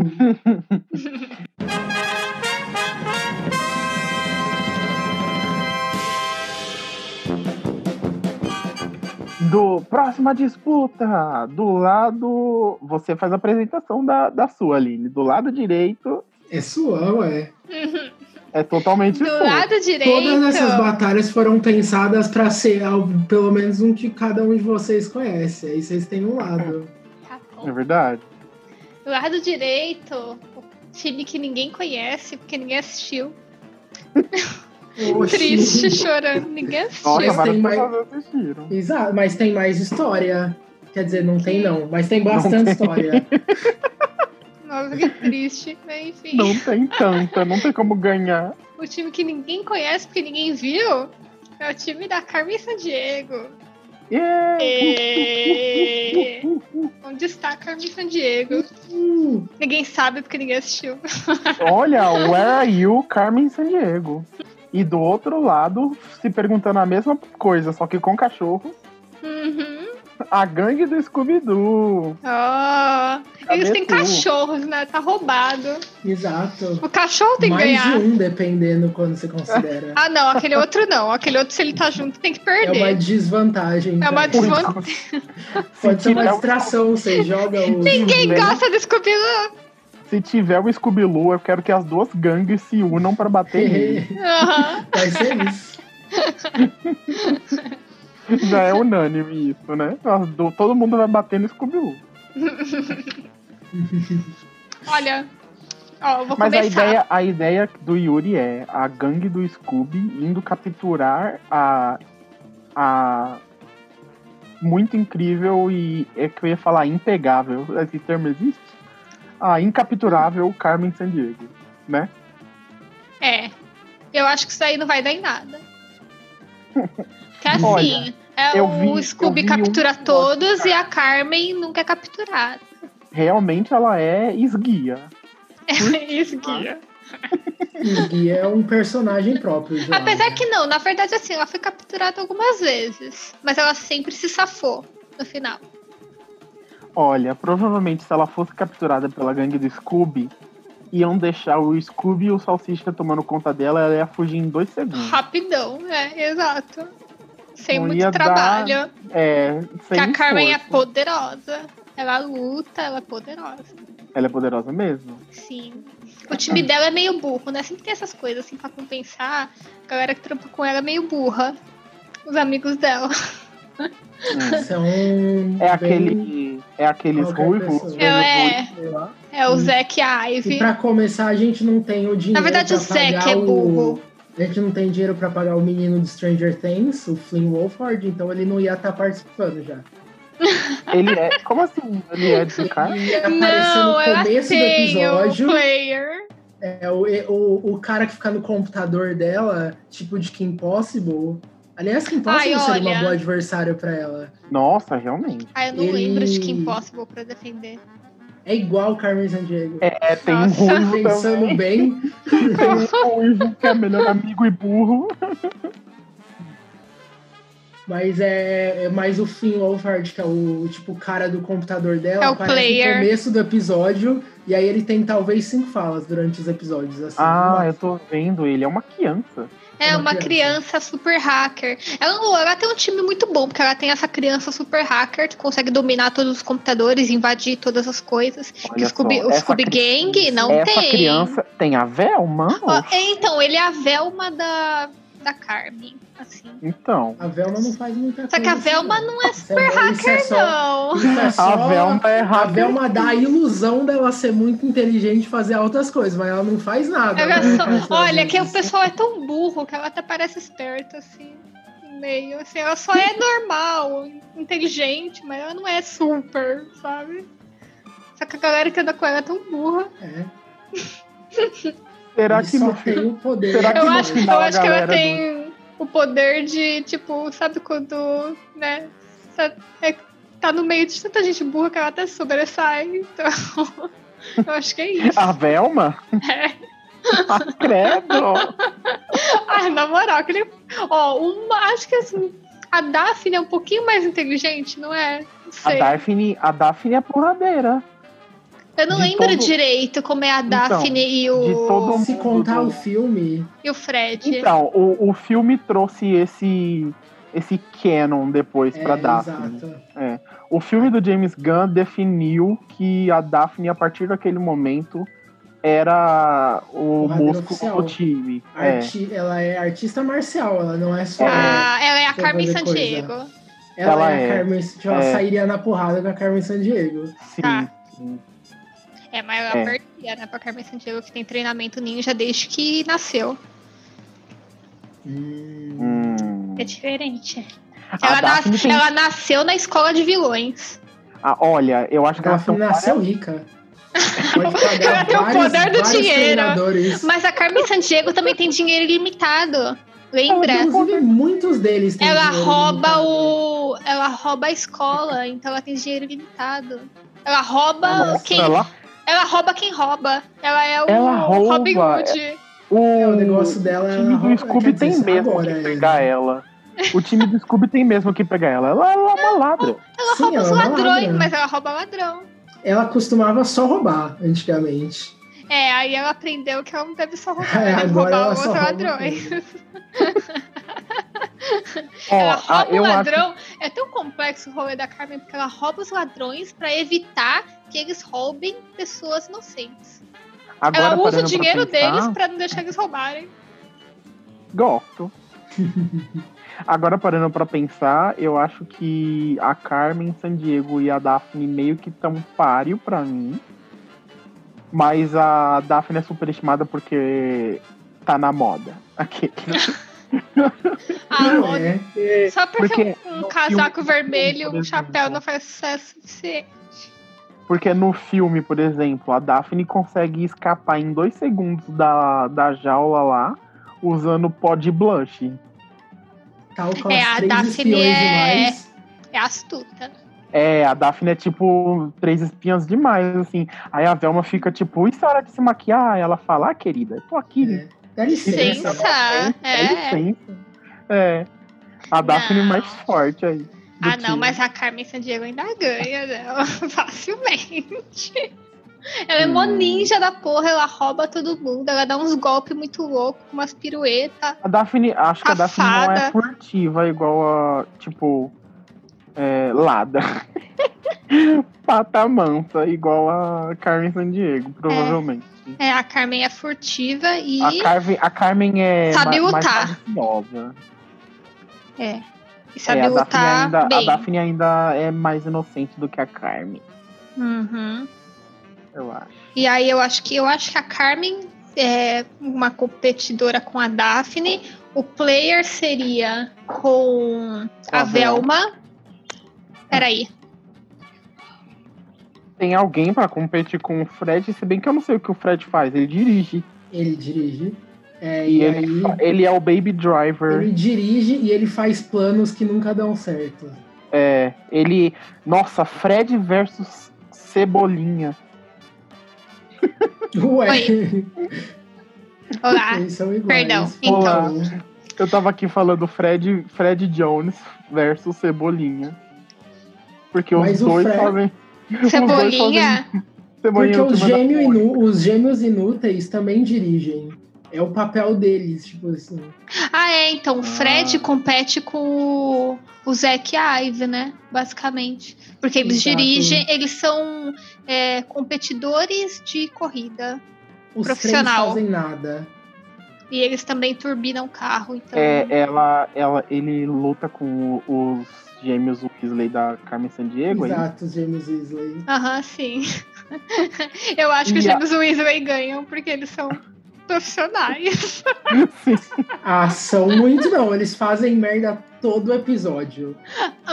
Speaker 3: Do próxima disputa, do lado. Você faz a apresentação da, da sua, Aline. Do lado direito
Speaker 1: É sua, ué.
Speaker 2: Uhum.
Speaker 3: é totalmente
Speaker 2: Do
Speaker 3: sua.
Speaker 2: lado direito.
Speaker 1: Todas essas batalhas foram pensadas pra ser al- pelo menos um que cada um de vocês conhece. Aí vocês têm um lado.
Speaker 2: Tá bom.
Speaker 3: É verdade.
Speaker 2: Do lado direito, o time que ninguém conhece, porque ninguém assistiu.
Speaker 1: Oxi.
Speaker 2: Triste, chorando, ninguém
Speaker 3: Nossa,
Speaker 1: Mas vai-
Speaker 2: assistiu.
Speaker 3: várias
Speaker 1: tem mais-
Speaker 3: pessoas assistiram.
Speaker 1: Exato, mas tem mais história. Quer dizer, não tem não, mas tem bastante história.
Speaker 2: Nossa, que triste. Mas enfim,
Speaker 3: Não tem tanta, não tem como ganhar.
Speaker 2: o time que ninguém conhece, porque ninguém viu, é o time da Carmen San Diego.
Speaker 3: Yeah! Uh,
Speaker 2: Ê! É, Onde está a Carmen San Diego?
Speaker 1: Hum,
Speaker 2: Ninguém sabe porque ninguém assistiu.
Speaker 3: Olha, where are you, Carmen San Diego? E do outro lado, se perguntando a mesma coisa, só que com cachorro,
Speaker 2: Uhum.
Speaker 3: a gangue do Scooby-Doo.
Speaker 2: Oh. Eles têm
Speaker 3: Cadê tu?
Speaker 2: cachorros, né? Tá roubado.
Speaker 1: exato.
Speaker 2: O cachorro tem que
Speaker 1: mais
Speaker 2: ganhar.
Speaker 1: de um, dependendo quando você considera.
Speaker 2: Ah, não, aquele outro não. Aquele outro, se ele tá junto, tem que
Speaker 1: É uma
Speaker 2: perder.
Speaker 1: desvantagem.
Speaker 2: É uma
Speaker 1: cara.
Speaker 2: desvan-
Speaker 1: Pode ser uma
Speaker 3: tiver o-
Speaker 1: distração, você joga o.
Speaker 2: Ninguém
Speaker 3: Né?
Speaker 2: gosta de scooby -Doo.
Speaker 3: Se tiver o Scooby-Loo, eu quero que as duas gangues se unam pra bater nele.
Speaker 2: Aham.
Speaker 1: Vai ser isso.
Speaker 3: Já é unânime isso, né? As du- Todo mundo vai bater no Scooby-Loo.
Speaker 2: Olha, ó, eu vou
Speaker 3: Mas a
Speaker 2: começar.
Speaker 3: ideia, a ideia do Yuri é a gangue do Scooby indo capturar a. a muito incrível e é que eu ia falar impegável. Esse termo existe? A incapturável Carmen Sandiego.
Speaker 2: É. Eu acho que isso aí não vai dar em nada. Porque assim,
Speaker 3: Olha,
Speaker 2: é,
Speaker 3: eu vi-
Speaker 2: o Scooby
Speaker 3: eu vi
Speaker 2: captura
Speaker 3: um-
Speaker 2: todos e a Carmen nunca é capturada.
Speaker 3: Realmente ela é esguia.
Speaker 2: É Isso, Guia.
Speaker 1: E é um personagem próprio. já.
Speaker 2: Apesar que não, na verdade, assim, ela foi capturada algumas vezes. Mas ela sempre se safou no final.
Speaker 3: Olha, provavelmente se ela fosse capturada pela gangue do Scooby, iam deixar o Scooby e o Salsicha tomando conta dela, ela ia fugir em dois segundos.
Speaker 2: Rapidão, é, exato. Sem
Speaker 3: Hum. Não ia
Speaker 2: muito
Speaker 3: dar
Speaker 2: trabalho.
Speaker 3: É, sem
Speaker 2: Porque a Carmen é
Speaker 3: esforço.
Speaker 2: poderosa. Ela luta, ela é poderosa.
Speaker 3: Ela é poderosa mesmo?
Speaker 2: Sim. O time dela é meio burro, né? Sempre tem essas coisas assim pra compensar. A galera que trampa com ela é meio burra. Os amigos dela.
Speaker 3: Hum.
Speaker 1: São
Speaker 3: É
Speaker 1: bem-
Speaker 3: aquele. É aqueles
Speaker 1: Qualquer
Speaker 3: ruivos.
Speaker 1: pessoa.
Speaker 3: ruivos,
Speaker 2: É.
Speaker 3: sei lá.
Speaker 2: É o
Speaker 1: Hum.
Speaker 2: Zack e a
Speaker 1: E
Speaker 2: Ivy.
Speaker 1: pra começar, a gente não tem o dinheiro.
Speaker 2: Na verdade, o
Speaker 1: pra pagar
Speaker 2: Zack é
Speaker 1: o-
Speaker 2: burro.
Speaker 1: A gente não tem dinheiro pra pagar o menino de Stranger Things, o Flynn Wolford, então ele não ia estar participando já.
Speaker 3: Ele é. Como assim? Ele é de cara?
Speaker 1: Ele ia aparecer
Speaker 2: Não,
Speaker 1: no
Speaker 2: ela
Speaker 1: começo do
Speaker 2: tem o
Speaker 1: episódio.
Speaker 2: player.
Speaker 1: É, o, o, o cara que fica no computador dela, tipo de Kim Possible. Aliás, Kim Possible
Speaker 2: Ai,
Speaker 1: seria uma
Speaker 2: olha.
Speaker 1: boa adversária pra ela.
Speaker 3: Nossa, realmente.
Speaker 2: Ah, eu não
Speaker 1: Ele-
Speaker 2: lembro de Kim Possible pra defender.
Speaker 1: É igual Carmen Sandiego.
Speaker 3: É, tem um
Speaker 2: Nossa.
Speaker 3: ruivo
Speaker 1: Pensando
Speaker 3: também.
Speaker 1: bem,
Speaker 3: Tem um ruivo que é melhor amigo e burro.
Speaker 1: mas é, é mais o Finn Wolfhard, que é o tipo cara do computador dela,
Speaker 2: É o
Speaker 1: aparece
Speaker 2: player.
Speaker 1: no começo do episódio, e aí ele tem talvez cinco falas durante os episódios, assim.
Speaker 3: Ah,
Speaker 1: Mas-
Speaker 3: eu tô vendo, ele é uma criança.
Speaker 2: É uma criança super hacker. Ela, não- ela tem um time muito bom, porque ela tem essa criança super hacker que consegue dominar todos os computadores, invadir todas as coisas. Que
Speaker 3: Olha
Speaker 2: o Scooby,
Speaker 3: só,
Speaker 2: o
Speaker 3: essa
Speaker 2: Scooby
Speaker 3: cri-
Speaker 2: Gang não
Speaker 3: Essa
Speaker 2: tem. Ah,
Speaker 3: criança tem a Velma?
Speaker 2: Ó, é, então, ele é a Velma da, da Carmen, assim.
Speaker 3: Então.
Speaker 1: A Velma não faz muita coisa.
Speaker 2: Só que a
Speaker 1: assim,
Speaker 2: Velma
Speaker 1: não.
Speaker 2: não é
Speaker 1: Isso
Speaker 2: super
Speaker 1: é- isso é
Speaker 2: hacker,
Speaker 1: só-
Speaker 2: não.
Speaker 1: Isso é
Speaker 3: A
Speaker 1: só-
Speaker 3: Velma é
Speaker 1: A
Speaker 3: rápida.
Speaker 1: Velma dá a ilusão dela ser muito inteligente e fazer altas coisas, mas ela não faz nada.
Speaker 2: Ela
Speaker 1: né?
Speaker 2: só- olha, que o
Speaker 1: Isso.
Speaker 2: pessoal é tão burro que ela até parece esperta, assim, no meio. Assim, ela só é normal, inteligente, mas ela não é super, sabe? Só que a galera que anda com ela é tão burra.
Speaker 1: É.
Speaker 3: Será
Speaker 1: Ele
Speaker 3: que
Speaker 1: só
Speaker 3: no
Speaker 1: tem
Speaker 3: fim.
Speaker 1: o poder.
Speaker 3: Será que
Speaker 2: Eu
Speaker 3: no
Speaker 2: acho,
Speaker 3: final
Speaker 2: eu
Speaker 3: a
Speaker 2: acho que ela
Speaker 3: galera
Speaker 2: tem o poder de, tipo, sabe quando, né? Tá, é- tá no meio de tanta gente burra que ela até sobressai. Então, eu acho que é isso.
Speaker 3: A Velma? Ah, credo!
Speaker 2: Ai, Ah, na moral, que ele. Ó, uma. Acho que assim. A Daphne é um pouquinho mais inteligente, não é? Não
Speaker 3: A
Speaker 2: sei.
Speaker 3: Daphne, a Daphne é porradeira.
Speaker 2: Eu não
Speaker 3: de
Speaker 2: lembro
Speaker 3: todo-
Speaker 2: direito como é a
Speaker 3: Então,
Speaker 2: Daphne e, o...
Speaker 3: de todo
Speaker 1: Se
Speaker 3: mundo
Speaker 1: contar
Speaker 3: do-
Speaker 1: o filme,
Speaker 2: e o Fred.
Speaker 3: Então, o, o filme trouxe esse esse canon depois
Speaker 1: é,
Speaker 3: pra Daphne.
Speaker 1: exato.
Speaker 3: O filme do James Gunn definiu que a Daphne, a partir daquele momento, era o
Speaker 1: Porradeira
Speaker 3: músculo
Speaker 1: oficial.
Speaker 3: do time. É.
Speaker 1: Arti- Ela é artista marcial, ela não é só.
Speaker 2: Ah, ela é a
Speaker 1: Deixa eu
Speaker 2: Carmen
Speaker 1: fazer
Speaker 2: Sandiego.
Speaker 1: Ela,
Speaker 3: ela
Speaker 1: é,
Speaker 3: é.
Speaker 1: a Carmen. Tipo, ela
Speaker 3: É.
Speaker 1: sairia na porrada com a Carmen Sandiego.
Speaker 3: Sim.
Speaker 2: Tá.
Speaker 3: sim.
Speaker 2: É, mas ela
Speaker 3: É.
Speaker 2: perdia, né? Pra Carmen Sandiego, que tem treinamento ninja desde que nasceu.
Speaker 3: Hum.
Speaker 2: É diferente.
Speaker 3: A
Speaker 2: Ela, nas-
Speaker 3: Daphne tem-
Speaker 2: ela nasceu na escola de vilões.
Speaker 3: Ah, olha, eu acho
Speaker 1: A
Speaker 3: que ela tem
Speaker 1: Daphne nasceu rica. Pode pagar
Speaker 2: Ela tem o
Speaker 1: vários-
Speaker 2: poder do
Speaker 1: vários
Speaker 2: dinheiro.
Speaker 1: treinadores.
Speaker 2: Mas a Carmen Sandiego também tem dinheiro ilimitado. Lembra?
Speaker 1: Inclusive, muitos deles têm
Speaker 2: é. Ela
Speaker 1: dinheiro né?
Speaker 2: rouba
Speaker 1: limitado.
Speaker 2: o. Ela rouba a escola, então ela tem dinheiro limitado. Ela rouba
Speaker 3: Nossa,
Speaker 2: quem. Ela...
Speaker 3: ela,
Speaker 2: rouba quem rouba. Ela é o
Speaker 3: Ela rouba,
Speaker 2: Robin Hood.
Speaker 3: o,
Speaker 1: É, o negócio dela é
Speaker 3: time do Scooby tem mesmo que pegar ela. O time do Scooby tem mesmo que pegar ela. Ela, ela é uma ladra.
Speaker 2: Ela
Speaker 1: Sim,
Speaker 2: rouba os
Speaker 1: ela é uma
Speaker 2: ladrões,
Speaker 1: ladra.
Speaker 2: mas ela rouba ladrão.
Speaker 1: Ela costumava só roubar antigamente.
Speaker 2: É, aí ela aprendeu que ela não deve só roubar,
Speaker 1: É,
Speaker 2: ela deve
Speaker 1: agora
Speaker 2: roubar
Speaker 1: ela
Speaker 2: os
Speaker 1: só rouba
Speaker 2: ladrões.
Speaker 3: Ó,
Speaker 2: ela
Speaker 3: ah,
Speaker 2: rouba o
Speaker 3: eu acho.
Speaker 2: ladrão. É tão complexo o rolê da Carmen, porque ela rouba os ladrões pra evitar que eles roubem pessoas inocentes.
Speaker 3: Agora,
Speaker 2: Ela usa o
Speaker 3: parando pra
Speaker 2: dinheiro
Speaker 3: pensar,
Speaker 2: deles pra não deixar eles roubarem.
Speaker 3: Gosto. Agora parando pra pensar, eu acho que a Carmen San Diego e a Daphne meio que tão páreo pra mim. Mas a Daphne é superestimada porque tá na moda. Aqui.
Speaker 2: Ah,
Speaker 1: Não
Speaker 2: olha,
Speaker 1: é?
Speaker 2: Só porque,
Speaker 3: porque
Speaker 2: um, um
Speaker 3: no
Speaker 2: casaco
Speaker 3: filme, tá
Speaker 2: vermelho,
Speaker 3: por
Speaker 2: um
Speaker 3: exemplo.
Speaker 2: chapéu não faz sucesso suficiente.
Speaker 3: Porque no filme, por exemplo, a Daphne consegue escapar em dois segundos da, da jaula lá usando pó de blush.
Speaker 1: Tal com
Speaker 2: É,
Speaker 1: as
Speaker 2: a
Speaker 1: três
Speaker 2: Daphne
Speaker 1: espiões
Speaker 2: é-
Speaker 1: demais.
Speaker 2: É astuta.
Speaker 3: É, a Daphne é tipo três espinhas demais, assim. Aí a Velma fica tipo, isso é hora de se maquiar? Aí Ela fala, ah, querida, eu tô aqui, né?
Speaker 1: É. Dá licença.
Speaker 2: Licença. Ah,
Speaker 3: É.
Speaker 2: é.
Speaker 3: licença. É. A Daphne
Speaker 2: Não.
Speaker 3: mais forte aí. do
Speaker 2: Ah, não,
Speaker 3: time.
Speaker 2: mas a Carmen Sandiego ainda ganha, não. Facilmente. Ela é mó
Speaker 3: Hum.
Speaker 2: ninja da porra, ela rouba todo mundo, ela dá uns golpes muito loucos, umas piruetas.
Speaker 3: A Daphne, acho que a Daphne não é
Speaker 2: Safada.
Speaker 3: furtiva igual a, tipo, é, Lada. Pata mansa, igual a Carmen Sandiego, provavelmente.
Speaker 2: É, a Carmen é furtiva e.
Speaker 3: A, Carmen, a Carmen é
Speaker 2: Sabe
Speaker 3: ma- mais
Speaker 2: lutar.
Speaker 3: maliciosa.
Speaker 2: É. E
Speaker 3: É,
Speaker 2: sabe
Speaker 3: a, Daphne
Speaker 1: tá
Speaker 2: lutar
Speaker 3: ainda, a
Speaker 2: bem.
Speaker 3: Daphne ainda é mais inocente do que a Carmen,
Speaker 2: Uhum.
Speaker 3: eu acho.
Speaker 2: E aí eu acho que eu acho que a Carmen é uma competidora com a Daphne. O player seria com a
Speaker 3: a Velma.
Speaker 2: Velma. Peraí.
Speaker 3: Tem alguém pra competir com o Fred, se bem que eu não sei o que o Fred faz, ele dirige.
Speaker 1: Ele dirige. É,
Speaker 3: E
Speaker 1: e
Speaker 3: ele,
Speaker 1: aí
Speaker 3: fa- ele é o baby driver.
Speaker 1: ele dirige e ele faz planos que nunca dão certo.
Speaker 3: É, ele. Nossa, Fred versus Cebolinha.
Speaker 1: Ué,
Speaker 2: Olá.
Speaker 1: eles são iguais.
Speaker 2: perdão.
Speaker 1: Então,
Speaker 3: Eu tava aqui falando Fred, Fred Jones versus Cebolinha. Porque os
Speaker 1: Mas o
Speaker 3: dois
Speaker 1: Fred-
Speaker 3: fazem. os dois fazem
Speaker 2: Cebolinha.
Speaker 3: Cebolinha
Speaker 1: porque
Speaker 3: no
Speaker 1: os,
Speaker 3: Turma da
Speaker 1: gêmeo
Speaker 3: Mônica.
Speaker 1: inu- os gêmeos inúteis também dirigem. É o papel deles, tipo assim.
Speaker 2: Ah, é. Então, o Fred
Speaker 3: Ah.
Speaker 2: compete com o, o Zack e a Ive, né? Basicamente. Porque eles
Speaker 1: Exato.
Speaker 2: dirigem, eles são é, competidores de corrida.
Speaker 1: Os três
Speaker 2: Profissional.
Speaker 1: fazem nada.
Speaker 2: E eles também turbinam o carro, então.
Speaker 1: né?
Speaker 3: É, ela, ela, ele luta com o- os gêmeos Weasley da Carmen Sandiego. é hein?
Speaker 1: Exato, os James Weasley.
Speaker 2: Aham, sim. Eu acho que os
Speaker 3: E a-
Speaker 2: James Weasley ganham porque eles são profissionais.
Speaker 3: Sim.
Speaker 1: Ah, são muito não, eles fazem merda todo episódio.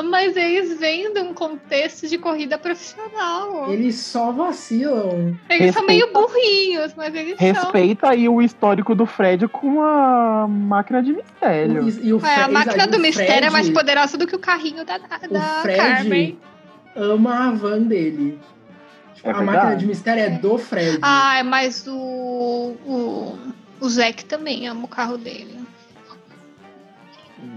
Speaker 2: Mas eles vêm de um contexto de corrida profissional.
Speaker 1: Eles só vacilam.
Speaker 2: Eles são
Speaker 3: Respeita-
Speaker 2: meio burrinhos, mas eles são.
Speaker 3: Então. Respeita aí o histórico do Fred com a máquina de mistério.
Speaker 1: E, e o
Speaker 2: É, a
Speaker 1: Fre-
Speaker 2: máquina
Speaker 1: exato,
Speaker 2: do
Speaker 1: o
Speaker 2: mistério é mais
Speaker 1: Fred-
Speaker 2: poderosa do que o carrinho da, da
Speaker 1: O
Speaker 2: da Carmen.
Speaker 1: Fred ama a van dele. Tipo,
Speaker 3: É
Speaker 1: a máquina
Speaker 3: verdade.
Speaker 1: de mistério é do Fred.
Speaker 2: Ah, mas o, o, o Zack também ama o carro dele.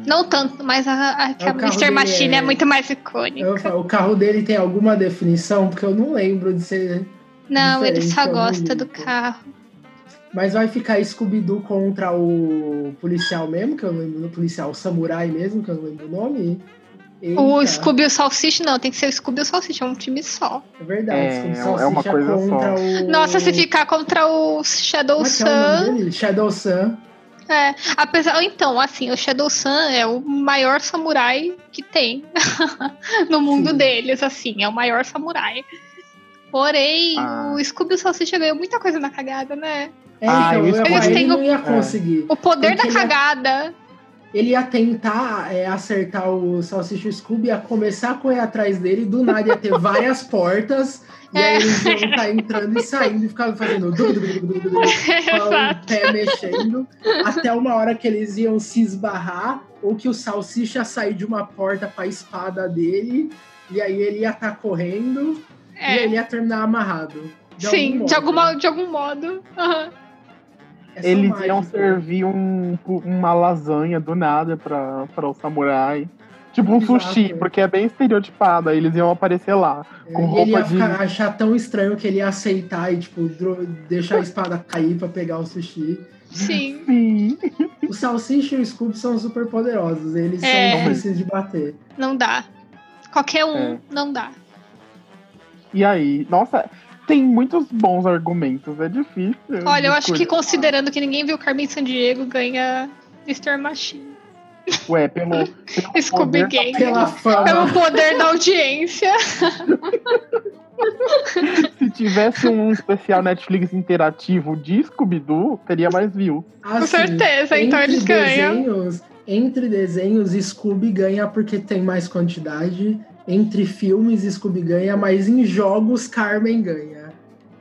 Speaker 2: Não tanto, mas a, a, que
Speaker 1: Hum. É, o
Speaker 2: a
Speaker 1: carro
Speaker 2: Mr.
Speaker 1: dele
Speaker 2: Machine é...
Speaker 1: é-
Speaker 2: muito mais icônica.
Speaker 1: Eu falo, o carro dele tem alguma definição, porque eu não lembro de ser.
Speaker 2: Não, ele
Speaker 1: diferente,
Speaker 2: só
Speaker 1: é
Speaker 2: gosta do
Speaker 1: bonito.
Speaker 2: carro.
Speaker 1: Mas vai ficar Scooby-Doo contra o policial mesmo, que eu não lembro, o policial samurai mesmo, que eu não lembro o nome. Eita,
Speaker 2: O Scooby e o Salsicha, não, tem que ser o Scooby e o Salsicha, é um time só.
Speaker 1: É verdade,
Speaker 3: É,
Speaker 1: Scooby
Speaker 3: é uma
Speaker 1: Salsicha
Speaker 3: coisa só.
Speaker 1: contra o.
Speaker 2: Nossa, se ficar contra o Shadow
Speaker 1: É. Como é que é o
Speaker 2: Sun.
Speaker 1: nome dele? Shadow Sun.
Speaker 2: É, apesar, então, assim, o Shadow Sun é o maior samurai que tem no mundo
Speaker 1: Sim.
Speaker 2: deles, assim, é o maior samurai. Porém,
Speaker 3: Ah.
Speaker 2: o Scooby e o Salsicha ganhou muita coisa na cagada, né?
Speaker 1: É,
Speaker 3: Ah,
Speaker 1: então,
Speaker 3: eu
Speaker 1: eu,
Speaker 2: Eles
Speaker 1: ele
Speaker 2: têm um
Speaker 1: não ia
Speaker 3: o-
Speaker 1: conseguir.
Speaker 2: O poder
Speaker 1: Porque
Speaker 2: da
Speaker 1: ele é-
Speaker 2: cagada.
Speaker 1: Ele ia tentar é, acertar o Salsicha e o Scooby, ia começar a correr atrás dele, do nada ia ter várias portas, e aí
Speaker 2: É.
Speaker 1: eles iam estar entrando e saindo, e ficava fazendo du- du- du- du- du- du- com
Speaker 2: Exato.
Speaker 1: o pé mexendo, até uma hora que eles iam se esbarrar, ou que o Salsicha sair de uma porta para a espada dele, e aí ele ia estar correndo, e
Speaker 2: É.
Speaker 1: ele ia terminar amarrado. De
Speaker 2: Sim,
Speaker 1: algum
Speaker 2: de,
Speaker 1: modo.
Speaker 2: alguma, de algum modo. Aham.
Speaker 1: É só
Speaker 3: Eles iam
Speaker 1: mágica.
Speaker 3: servir um- uma lasanha do nada pra, pra o samurai. Tipo um
Speaker 1: Exato.
Speaker 3: sushi, porque é bem estereotipada. Eles iam aparecer lá.
Speaker 1: É,
Speaker 3: com
Speaker 1: e ele ia
Speaker 3: roupa de-
Speaker 1: ficar- achar tão estranho que ele ia aceitar e, tipo, dro- deixar a espada cair pra pegar o sushi.
Speaker 2: Sim.
Speaker 3: Sim.
Speaker 1: O Salsicha e o Scooby são super poderosos. Eles
Speaker 2: É.
Speaker 1: são difíceis de bater.
Speaker 2: Não dá. Qualquer um,
Speaker 3: É.
Speaker 2: não dá.
Speaker 3: E aí? Nossa, tem muitos bons argumentos. É difícil.
Speaker 2: Olha, eu acho que
Speaker 3: escolher.
Speaker 2: considerando que ninguém viu Carmen Sandiego, ganha Mr. Machine.
Speaker 3: Ué, pelo. pelo
Speaker 2: Scooby
Speaker 3: poder
Speaker 2: Gang.
Speaker 1: tá Pela
Speaker 2: Pelo
Speaker 1: fama.
Speaker 2: poder da audiência.
Speaker 3: Se tivesse um especial Netflix interativo de Scooby-Doo, teria mais views.
Speaker 2: Com
Speaker 1: assim,
Speaker 2: certeza, então
Speaker 1: entre
Speaker 2: eles ganham.
Speaker 1: Desenhos, entre desenhos, Scooby ganha porque tem mais quantidade. Entre filmes, Scooby ganha, mas em jogos, Carmen ganha.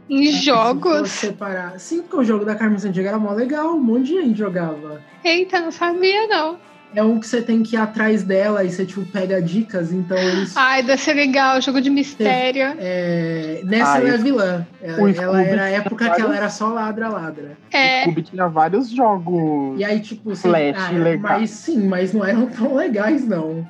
Speaker 2: Em jogos.
Speaker 1: assim, Se for separar. Sim, porque o jogo da Carmen Sandiego era mó legal, um monte de gente jogava.
Speaker 2: Eita, não sabia, não.
Speaker 1: É um que você tem que ir atrás dela e você, tipo, pega dicas. Então, eles,
Speaker 2: Ai, deve ser legal, jogo de mistério.
Speaker 1: é, nessa
Speaker 3: Ah,
Speaker 1: ela é
Speaker 3: isso.
Speaker 1: vilã.
Speaker 3: O
Speaker 1: Ela, ela
Speaker 3: Scooby
Speaker 1: era a época que ela
Speaker 3: vários-
Speaker 1: era só ladra-ladra.
Speaker 2: É.
Speaker 3: Scooby tinha vários jogos.
Speaker 1: E aí, tipo, você...
Speaker 3: Flash, legal.
Speaker 1: Mas sim, mas não eram tão legais, não.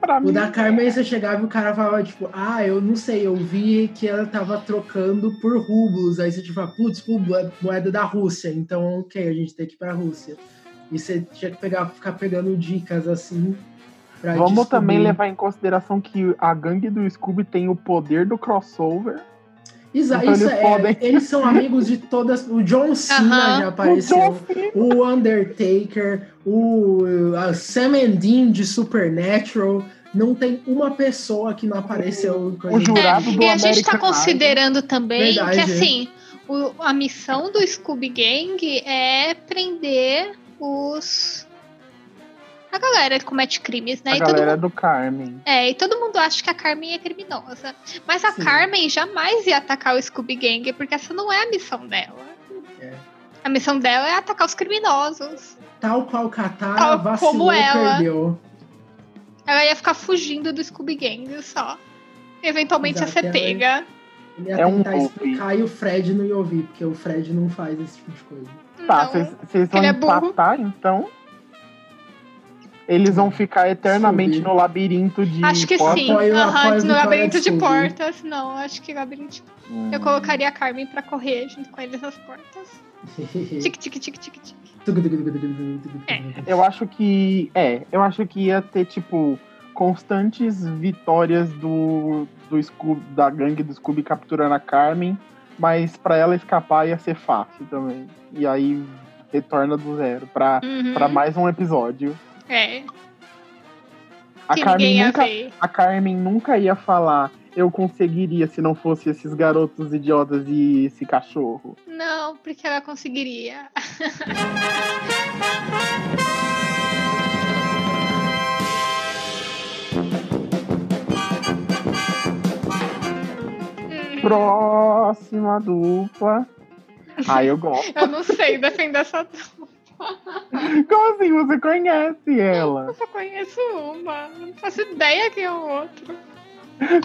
Speaker 3: Pra
Speaker 1: O
Speaker 3: mim,
Speaker 1: da Carmen, você chegava e o cara falava, tipo, ah, eu não sei, eu vi que ela tava trocando por rublos. Aí você, tipo, fala, putz, rublo é moeda da Rússia. Então, ok, a gente tem que ir pra Rússia. E você tinha que pegar, ficar pegando dicas, assim, pra
Speaker 3: Vamos também
Speaker 1: descobrir.
Speaker 3: levar em consideração que a gangue do Scooby tem o poder do crossover.
Speaker 1: Exa
Speaker 3: Então
Speaker 1: isso
Speaker 3: eles
Speaker 1: é,
Speaker 3: podem.
Speaker 1: eles são amigos de todas. O John Cena
Speaker 2: Aham.
Speaker 1: já
Speaker 3: O
Speaker 1: apareceu.
Speaker 3: John Cena.
Speaker 1: O Undertaker, o uh, a Sam and Dean de Supernatural. Não tem uma pessoa que não apareceu. em coisa
Speaker 3: o jurado
Speaker 1: nenhuma.
Speaker 3: do
Speaker 2: E a gente tá
Speaker 3: American
Speaker 2: considerando também
Speaker 1: Verdade,
Speaker 2: que,
Speaker 1: é.
Speaker 2: assim, o- a missão do Scooby Gang é prender os. A galera que comete crimes, né?
Speaker 3: A
Speaker 2: E todo,
Speaker 3: galera
Speaker 2: mundo,
Speaker 3: do Carmen.
Speaker 2: é, e todo mundo acha que a Carmen é criminosa. Mas a
Speaker 1: Sim.
Speaker 2: Carmen jamais ia atacar o Scooby Gang, porque essa não é a missão dela.
Speaker 1: É.
Speaker 2: A missão dela é atacar os criminosos.
Speaker 1: Tal qual Katara
Speaker 2: Tal
Speaker 1: vacilou
Speaker 2: como ela.
Speaker 1: e perdeu.
Speaker 2: Ela ia ficar fugindo do Scooby Gang só. Eventualmente ia ser
Speaker 1: Exato, ela-
Speaker 2: pega.
Speaker 1: Ele ia
Speaker 3: É um
Speaker 1: tentar
Speaker 3: golpe.
Speaker 1: explicar e o Fred não ia ouvir, porque o Fred não faz esse tipo de coisa.
Speaker 3: Tá,
Speaker 2: Não.
Speaker 3: vocês- vocês vão
Speaker 2: ele é burro.
Speaker 3: empatar, então? Eles vão ficar eternamente
Speaker 1: Scooby.
Speaker 3: no labirinto de.
Speaker 2: Acho que
Speaker 3: porta?
Speaker 2: sim.
Speaker 1: Apoio-
Speaker 2: Aham,
Speaker 1: apoio
Speaker 2: no
Speaker 1: Vitória
Speaker 2: labirinto
Speaker 1: de
Speaker 2: de
Speaker 1: Scooby.
Speaker 2: portas. Não, acho que labirinto de portas.
Speaker 3: Hum.
Speaker 2: Eu colocaria a Carmen pra correr junto com eles nas portas. Tic, tic, tic, tic, tic.
Speaker 3: Eu acho que. É, eu acho que ia ter, tipo, constantes vitórias do, do Scooby, da gangue do Scooby capturando a Carmen, mas pra ela escapar ia ser fácil também. E aí retorna do zero pra,
Speaker 2: Uhum.
Speaker 3: pra mais um episódio.
Speaker 2: É,
Speaker 3: A
Speaker 2: que ninguém
Speaker 3: Carmen,
Speaker 2: ia
Speaker 3: nunca,
Speaker 2: ver.
Speaker 3: a Carmen nunca ia falar eu conseguiria se não fosse esses garotos idiotas e esse cachorro.
Speaker 2: Não, porque ela conseguiria.
Speaker 3: Próxima dupla. Ah, eu gosto.
Speaker 2: Eu não sei defender essa dupla.
Speaker 3: Como assim? Você conhece ela?
Speaker 2: Eu só conheço uma. Não faço ideia quem é o outro.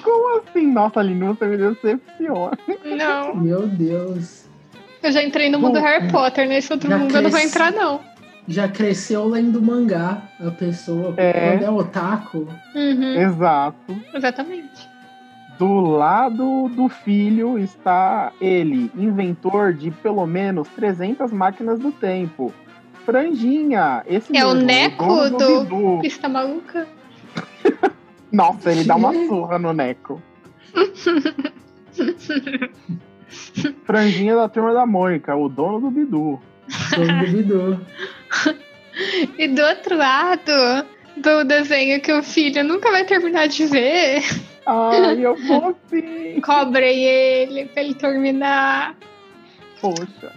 Speaker 3: Como assim? Nossa, Aline, você me decepciona.
Speaker 2: Não.
Speaker 1: Meu Deus.
Speaker 2: Eu já entrei no mundo
Speaker 3: Bom,
Speaker 2: Harry Potter, nesse outro
Speaker 1: já
Speaker 2: mundo eu não vou
Speaker 1: cresci.
Speaker 2: entrar, não.
Speaker 1: Já cresceu lendo mangá a pessoa.
Speaker 3: É.
Speaker 1: Quando é otaku,
Speaker 2: Uhum,
Speaker 3: Exato.
Speaker 2: exatamente.
Speaker 3: Do lado do filho está ele, inventor de pelo menos 300 máquinas do tempo. Franjinha, esse
Speaker 2: É o
Speaker 3: mesmo,
Speaker 2: Neco
Speaker 3: dono
Speaker 2: do-
Speaker 3: Bidu.
Speaker 2: Está tá maluca?
Speaker 3: Nossa, ele dá uma surra no Neco. Franjinha da turma da Mônica, o dono do Bidu.
Speaker 1: todo duvidou.
Speaker 2: E do outro lado do desenho que o filho nunca vai terminar de ver,
Speaker 3: Ai, eu vou sim.
Speaker 2: cobrem ele pra ele terminar.
Speaker 3: Poxa.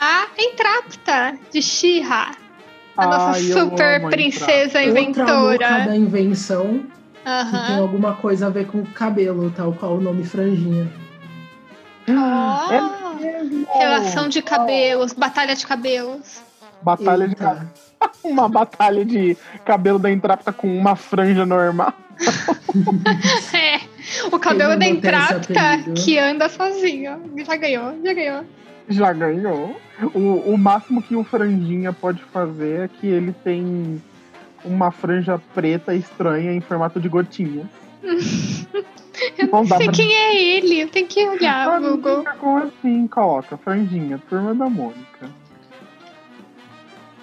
Speaker 2: A Entrapta de Shira, a nossa
Speaker 3: Ai, eu
Speaker 2: super
Speaker 3: amo a
Speaker 2: princesa
Speaker 1: Outra louca
Speaker 2: inventora.
Speaker 1: da invenção que tem
Speaker 2: Aham.
Speaker 1: alguma coisa a ver com o cabelo, tal qual o nome franjinha.
Speaker 2: Ó,
Speaker 3: É mesmo.
Speaker 2: Relação de cabelos, batalha de cabelos.
Speaker 3: Batalha de
Speaker 1: Eita.
Speaker 3: cabelo. Uma batalha de cabelo da Entrapta com uma franja normal.
Speaker 2: É, o cabelo
Speaker 1: não
Speaker 2: da
Speaker 1: botei esse
Speaker 2: Entrapta
Speaker 1: apelido?
Speaker 2: que anda sozinho. Já ganhou, já ganhou.
Speaker 3: Já ganhou. O, o máximo que o franjinha pode fazer é que ele tem uma franja preta estranha em formato de gotinha.
Speaker 2: Eu
Speaker 3: Não
Speaker 2: não
Speaker 3: dá
Speaker 2: sei
Speaker 3: pra-
Speaker 2: quem é ele, tem que
Speaker 3: Ah,
Speaker 2: olhar o Google.
Speaker 3: Amiga, como assim? Coloca, franjinha, turma da Mônica.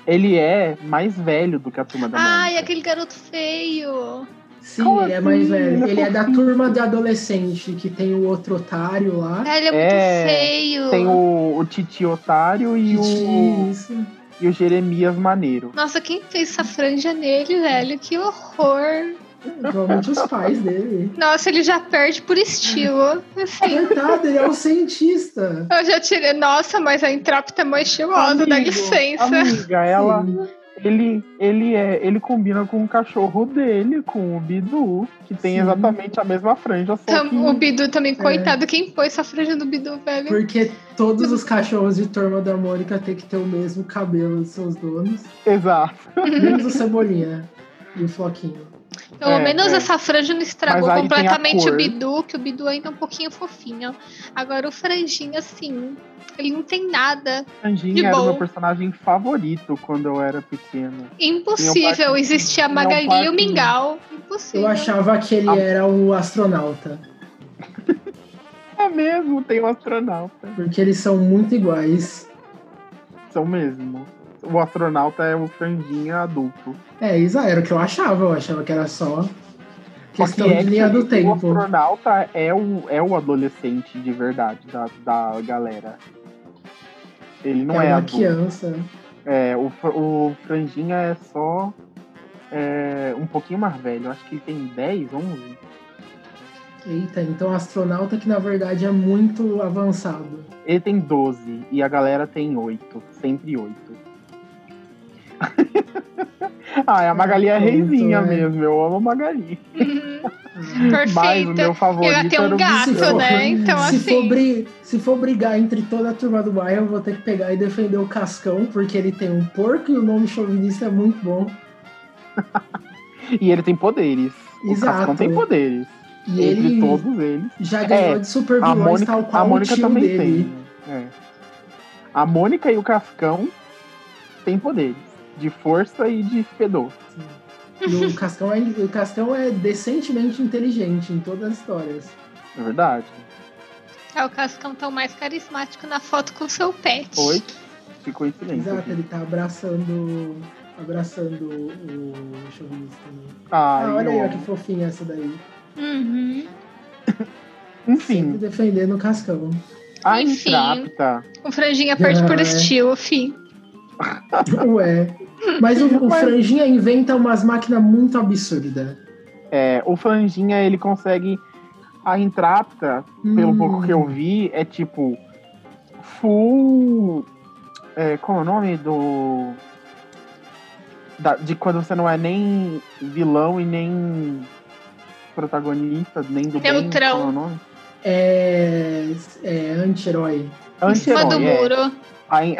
Speaker 3: Ele é mais velho do que a turma da
Speaker 2: Ai,
Speaker 3: Mônica.
Speaker 2: aquele garoto feio.
Speaker 1: Sim,
Speaker 3: Como
Speaker 1: ele é mais
Speaker 3: assim? Ele
Speaker 1: velho.
Speaker 3: é
Speaker 1: Ele é da
Speaker 3: fofinho.
Speaker 1: turma de adolescente, que tem o outro otário lá.
Speaker 2: Ah, Ele é,
Speaker 3: É,
Speaker 2: muito feio.
Speaker 3: Tem o, o Titi Otário e o,
Speaker 1: Isso.
Speaker 3: e o Jeremias Maneiro.
Speaker 2: Nossa, quem fez essa franja nele, velho? Que horror.
Speaker 1: Provavelmente os pais dele.
Speaker 2: Nossa, ele já perde por estilo. Assim,
Speaker 1: Coitado, ele é um cientista.
Speaker 2: eu já tirei. Nossa, mas a Entrapta é mais estilosa, dá
Speaker 3: Amigo,
Speaker 2: licença.
Speaker 3: Amiga, ela,
Speaker 1: Sim.
Speaker 3: ele, ele é, ele combina com o cachorro dele, com o Bidu, que tem
Speaker 1: Sim.
Speaker 3: exatamente a mesma franja, só
Speaker 2: Tam-
Speaker 3: que
Speaker 2: o Bidu também,
Speaker 3: É.
Speaker 2: coitado. Quem pôs essa franja do Bidu, velho?
Speaker 1: Porque todos os cachorros de turma da Mônica têm que ter o mesmo cabelo dos seus donos.
Speaker 3: exato.
Speaker 1: Menos o Cebolinha e o Floquinho.
Speaker 2: Pelo
Speaker 3: É,
Speaker 2: menos
Speaker 3: é.
Speaker 2: essa franja não estragou
Speaker 3: Mas aí tem a
Speaker 2: completamente o
Speaker 3: cor.
Speaker 2: Bidu, que o Bidu ainda é um pouquinho fofinho. Agora o franjinho, assim, ele não tem nada. De
Speaker 3: Franjinha era o
Speaker 2: boa.
Speaker 3: meu personagem favorito quando eu era pequeno.
Speaker 2: Impossível
Speaker 3: parque-
Speaker 2: existir a
Speaker 3: tem um
Speaker 2: Magali e o
Speaker 3: parque-
Speaker 2: Mingau.
Speaker 1: Eu
Speaker 2: Impossível.
Speaker 1: achava que ele
Speaker 3: Ah.
Speaker 1: era um astronauta.
Speaker 3: É mesmo, tem um astronauta.
Speaker 1: Porque eles são muito iguais.
Speaker 3: São mesmo. O astronauta é o franjinha adulto.
Speaker 1: É, isso era o que eu achava. Eu achava que era só
Speaker 3: Só
Speaker 1: questão
Speaker 3: é
Speaker 1: de linha do
Speaker 3: O
Speaker 1: tempo.
Speaker 3: astronauta é o, é o adolescente de verdade da, da galera. Ele não é,
Speaker 1: é uma
Speaker 3: adulto.
Speaker 1: criança.
Speaker 3: É, o, fr- o Franjinha é só é, um pouquinho mais velho. Eu Acho que ele tem 10, 11.
Speaker 1: Eita, então astronauta que na verdade é muito avançado.
Speaker 3: Ele tem 12 e a galera tem 8. Sempre 8. ah, a Magali é
Speaker 1: Pronto,
Speaker 3: reizinha
Speaker 1: né?
Speaker 3: mesmo. Eu amo a Magali.
Speaker 2: Uhum,
Speaker 1: Ah.
Speaker 3: Mas o
Speaker 2: Perfeita.
Speaker 3: meu favorito
Speaker 2: tem um
Speaker 3: era o
Speaker 2: gato,
Speaker 3: Bidu.
Speaker 2: né? Então,
Speaker 1: se
Speaker 2: assim-
Speaker 1: For bri- se for brigar entre toda a turma do bairro, eu vou ter que pegar e defender o Cascão, porque ele tem um porco e o nome chauvinista é muito bom.
Speaker 3: E ele tem poderes. O
Speaker 1: Exato.
Speaker 3: Cascão tem poderes.
Speaker 1: E
Speaker 3: Entre
Speaker 1: ele
Speaker 3: todos eles.
Speaker 1: já ganhou
Speaker 3: É,
Speaker 1: de super
Speaker 3: A
Speaker 1: vilões,
Speaker 3: Mônica,
Speaker 1: tal qual
Speaker 3: a Mônica
Speaker 1: o tio
Speaker 3: também
Speaker 1: dele.
Speaker 3: tem. né? É. A Mônica e o Cascão têm poderes. De força e de fedor.
Speaker 1: E o Cascão, é, o Cascão é decentemente inteligente em todas as histórias.
Speaker 3: É verdade.
Speaker 2: É o Cascão tão mais carismático na foto com seu pet.
Speaker 3: Oi? Ficou em silêncio.
Speaker 1: Exato,
Speaker 3: aqui.
Speaker 1: ele tá abraçando. Abraçando o chauvinista. né?
Speaker 3: Ai,
Speaker 1: Ah, olha aí,
Speaker 3: eu
Speaker 1: ó,
Speaker 3: amo.
Speaker 1: que fofinha essa daí.
Speaker 2: Uhum.
Speaker 1: Sempre
Speaker 3: Enfim,
Speaker 1: defendendo o Cascão.
Speaker 3: a
Speaker 2: Enfim.
Speaker 3: Intrapta.
Speaker 2: O Um franjinha perde por
Speaker 1: Ah, é.
Speaker 2: estilo, fim.
Speaker 1: Ué. Mas o, o
Speaker 3: Mas-
Speaker 1: Franjinha inventa umas máquinas muito absurdas.
Speaker 3: É, o Franjinha, ele consegue. A Intrapta, pelo
Speaker 1: Hum.
Speaker 3: um pouco que eu vi, é tipo. Full. É, como é o nome do. da- de quando você não é nem vilão e nem protagonista, nem do bem,
Speaker 2: Neutrão.
Speaker 3: como é o nome?
Speaker 1: É, é anti-herói.
Speaker 2: Em cima do
Speaker 3: Anti-herói, é.
Speaker 2: muro.
Speaker 3: A in-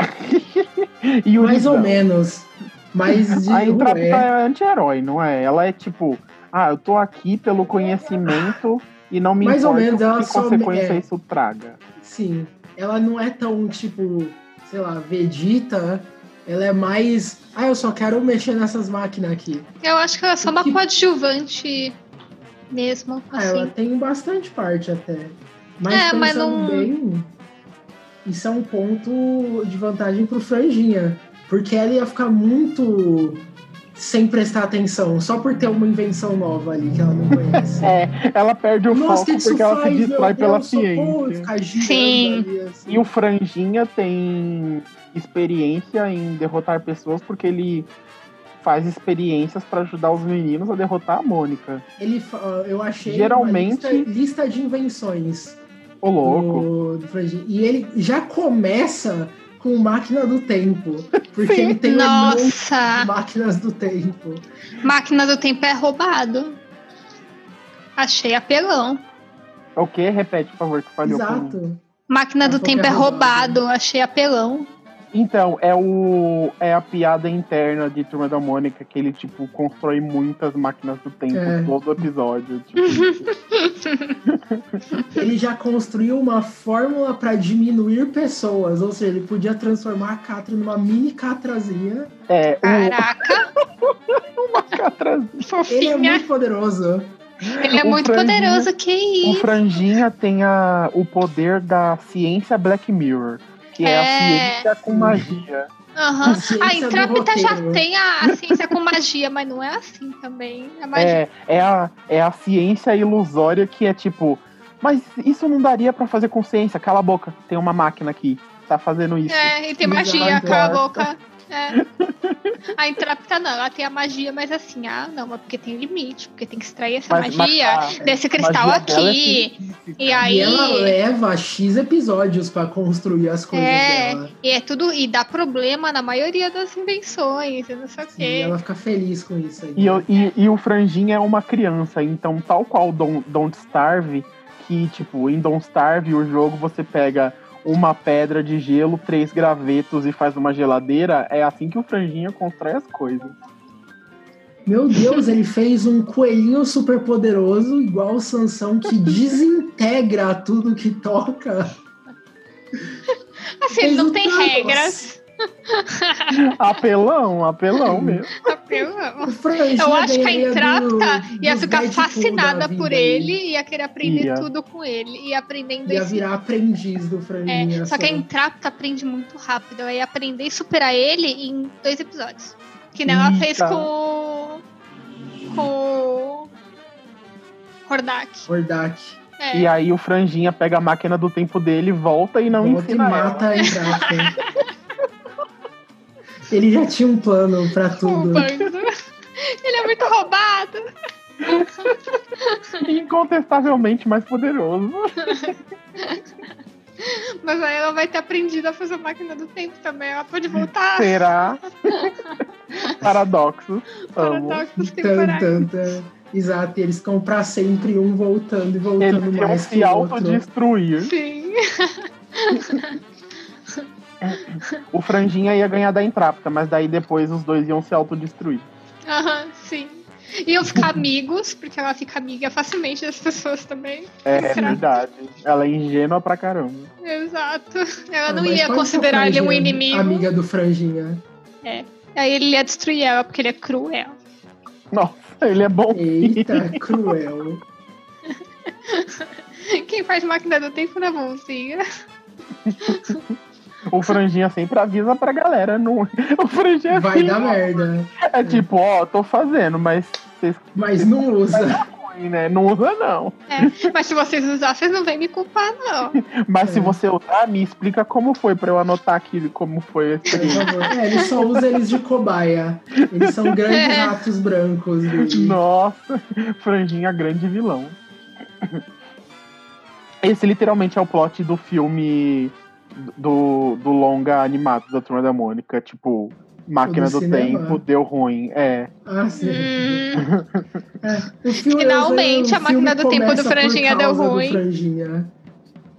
Speaker 3: e o
Speaker 1: Mais ou
Speaker 3: Rizan.
Speaker 1: menos. Mas de,
Speaker 3: A Intrapta
Speaker 1: ué,
Speaker 3: é anti-herói, não é? Ela é tipo, ah, eu tô aqui pelo conhecimento e não me
Speaker 1: Mais ou
Speaker 3: importa
Speaker 1: menos, ela
Speaker 3: que
Speaker 1: só-
Speaker 3: consequência
Speaker 1: é.
Speaker 3: isso traga.
Speaker 1: sim. Ela não é tão, tipo, sei lá, Vegeta. Ela é mais. Ah, eu só quero mexer nessas máquinas aqui.
Speaker 2: Eu acho que ela é só uma
Speaker 1: Que-
Speaker 2: coadjuvante mesmo,
Speaker 1: Ah, ela
Speaker 2: assim.
Speaker 1: tem bastante parte até. Mas
Speaker 2: É,
Speaker 1: pensando
Speaker 2: mas não-
Speaker 1: bem, isso é um ponto de vantagem pro Franjinha. Porque ela ia ficar muito sem prestar atenção, só por ter uma invenção nova ali que ela não conhece.
Speaker 3: É, ela perde o
Speaker 1: Nossa, o que
Speaker 3: foco
Speaker 1: isso
Speaker 3: porque ela se
Speaker 1: faz? Meu
Speaker 3: distrai
Speaker 1: Deus,
Speaker 3: pela
Speaker 1: socorro,
Speaker 3: ciência.
Speaker 1: ficar girando
Speaker 2: Sim.
Speaker 1: ali, assim.
Speaker 3: E o Franjinha tem experiência em derrotar pessoas porque ele faz experiências pra ajudar os meninos a derrotar a Mônica.
Speaker 1: Ele, fa- eu achei uma
Speaker 3: Geralmente-
Speaker 1: lista, lista de invenções
Speaker 3: Ô louco.
Speaker 1: do, do Franjinha. E ele já começa com Máquina do Tempo, porque
Speaker 3: Sim.
Speaker 1: ele tem um enorme
Speaker 2: Nossa,
Speaker 1: Máquinas do Tempo.
Speaker 2: máquina do tempo é roubado. Achei apelão.
Speaker 3: É O que? Repete, por favor, que falhou pra mim.
Speaker 1: Exato.
Speaker 2: Máquina
Speaker 1: Eu
Speaker 2: do
Speaker 1: sou que
Speaker 2: tempo
Speaker 1: é
Speaker 2: é
Speaker 1: roubado.
Speaker 2: roubado, achei apelão.
Speaker 3: Então, é o é a piada interna de Turma da Mônica que ele tipo constrói muitas máquinas do tempo
Speaker 1: É.
Speaker 3: todo episódio, tipo.
Speaker 1: Ele já construiu uma fórmula para diminuir pessoas, ou seja, ele podia transformar a Catra numa mini Catrazinha.
Speaker 3: é, o
Speaker 2: Caraca,
Speaker 3: Alcatraz-
Speaker 1: Ele é
Speaker 2: fofinha.
Speaker 1: muito poderoso.
Speaker 2: Ele é
Speaker 3: o
Speaker 2: muito
Speaker 3: franjinha-
Speaker 2: poderoso, que
Speaker 3: o
Speaker 2: isso.
Speaker 3: Franjinha tem a, o poder da ciência Black Mirror, que é,
Speaker 2: É.
Speaker 3: a ciência com magia.
Speaker 2: Aham.
Speaker 1: A ciência
Speaker 2: Ah, A
Speaker 1: do
Speaker 2: Intrapta já
Speaker 1: é roteiro.
Speaker 2: tem a, a ciência com magia, mas não é assim também. A magia.
Speaker 3: É, é a é a ciência ilusória que é tipo, mas isso não daria pra fazer com ciência, cala a boca, tem uma máquina aqui, tá fazendo isso.
Speaker 2: É, e tem
Speaker 1: Bizarro,
Speaker 2: magia, cala a
Speaker 3: claro.
Speaker 2: boca. É. A Intrapta não, ela tem a magia, mas assim, ah, não, mas porque tem limite, porque tem que extrair essa
Speaker 3: Mas- mas
Speaker 2: magia
Speaker 3: a-
Speaker 2: desse cristal
Speaker 3: magia dela é
Speaker 2: aqui.
Speaker 3: científica.
Speaker 2: e aí.
Speaker 1: E ela é. leva X episódios para construir as coisas
Speaker 2: É,
Speaker 1: dela.
Speaker 2: E é tudo. E dá problema na maioria das invenções, eu não sei o
Speaker 1: E
Speaker 2: quê.
Speaker 1: ela fica feliz com isso aí.
Speaker 3: E, eu- e- e o Franjinha é uma criança, então tal qual Don, Don't Starve, que tipo, em Don't Starve o jogo você pega uma pedra de gelo, três gravetos e faz uma geladeira, é assim que o Franjinha constrói as coisas.
Speaker 1: Meu Deus, ele fez um coelhinho super poderoso, igual o Sansão, que desintegra tudo que toca.
Speaker 2: Assim, ele não tem
Speaker 1: Resultados.
Speaker 2: regras.
Speaker 3: Apelão, apelão mesmo.
Speaker 2: Eu-
Speaker 1: O Franjinha
Speaker 2: Eu acho que a
Speaker 1: ganharia é do-
Speaker 2: Intrapta ia
Speaker 1: do
Speaker 2: ficar
Speaker 1: Deadpool da
Speaker 2: fascinada
Speaker 1: vida
Speaker 2: por
Speaker 1: aí.
Speaker 2: ele e ia querer aprender
Speaker 3: Ia.
Speaker 2: tudo com ele. E aprendendo
Speaker 1: Ia
Speaker 2: isso.
Speaker 1: virar aprendiz do Franjinha.
Speaker 2: É, Só que a Intrapta aprende muito rápido. Ela ia aprender e superar ele em dois episódios. Que nem ela
Speaker 3: Eita.
Speaker 2: fez com. o- com. o Hordak.
Speaker 1: Hordak.
Speaker 2: É.
Speaker 3: E aí o Franjinha pega a máquina do tempo dele, volta e não
Speaker 1: Volta e
Speaker 3: ensina ela.
Speaker 1: mata a Intrapta. ele já tinha um plano pra tudo.
Speaker 2: roubando. Ele é muito roubado.
Speaker 3: Incontestavelmente mais poderoso.
Speaker 2: Mas aí ela vai ter aprendido a fazer máquina do tempo também. Ela pode voltar.
Speaker 3: Será? Paradoxos. Amo.
Speaker 2: Paradoxos
Speaker 1: Tan,
Speaker 2: temporais.
Speaker 1: tan, tan. Exato, e eles ficam pra sempre um voltando e voltando
Speaker 3: Eles iam um
Speaker 1: mais que
Speaker 3: se
Speaker 1: o outro.
Speaker 3: autodestruir.
Speaker 2: Sim.
Speaker 3: O Franjinha ia ganhar da Intrapta, mas daí depois os dois iam se autodestruir.
Speaker 2: Aham, sim. E eu ficar amigos, porque ela fica amiga facilmente das pessoas também.
Speaker 3: É, é
Speaker 2: Será?
Speaker 3: verdade. Ela é ingênua pra caramba.
Speaker 2: Exato. Ela
Speaker 1: Ah,
Speaker 2: não
Speaker 1: mas pode
Speaker 2: ia
Speaker 1: ser o
Speaker 2: considerar ele um
Speaker 1: Franjinha,
Speaker 2: inimigo.
Speaker 1: Amiga do Franjinha.
Speaker 2: Aí ele ia destruir ela, porque ele é cruel.
Speaker 3: Nossa, ele é bom.
Speaker 1: Eita, cruel.
Speaker 2: Quem faz máquina do tempo na mãozinha.
Speaker 3: O Franjinha sempre avisa pra galera. Não... O Franjinha é
Speaker 1: Vai
Speaker 3: assim,
Speaker 1: dar merda.
Speaker 3: É tipo, ó, tô fazendo, mas vocês
Speaker 1: Mas não usa.
Speaker 3: ruim, né? Não usa, não.
Speaker 2: É, mas se vocês usarem, vocês não vêm me culpar, não.
Speaker 3: Mas se
Speaker 1: É.
Speaker 3: você usar, me explica como foi pra eu anotar aqui como foi a
Speaker 1: Por
Speaker 3: experiência.
Speaker 1: favor. É, ele só usa eles de cobaia. Eles são grandes
Speaker 2: É.
Speaker 1: ratos brancos. dele.
Speaker 3: Nossa, franjinha grande vilão. Esse literalmente é o plot do filme do, do longa animado da Turma da Mônica, tipo, Máquina
Speaker 1: O do
Speaker 3: do,
Speaker 1: cinema? né?
Speaker 3: Tempo, deu ruim. É.
Speaker 1: Ah, sim. É,
Speaker 2: Hum,
Speaker 1: O filme-
Speaker 2: Finalmente,
Speaker 1: o
Speaker 2: a máquina
Speaker 1: filme
Speaker 2: do tempo
Speaker 1: começa
Speaker 2: do Franjinha
Speaker 1: por causa
Speaker 2: deu
Speaker 1: do
Speaker 2: ruim.
Speaker 1: Franjinha.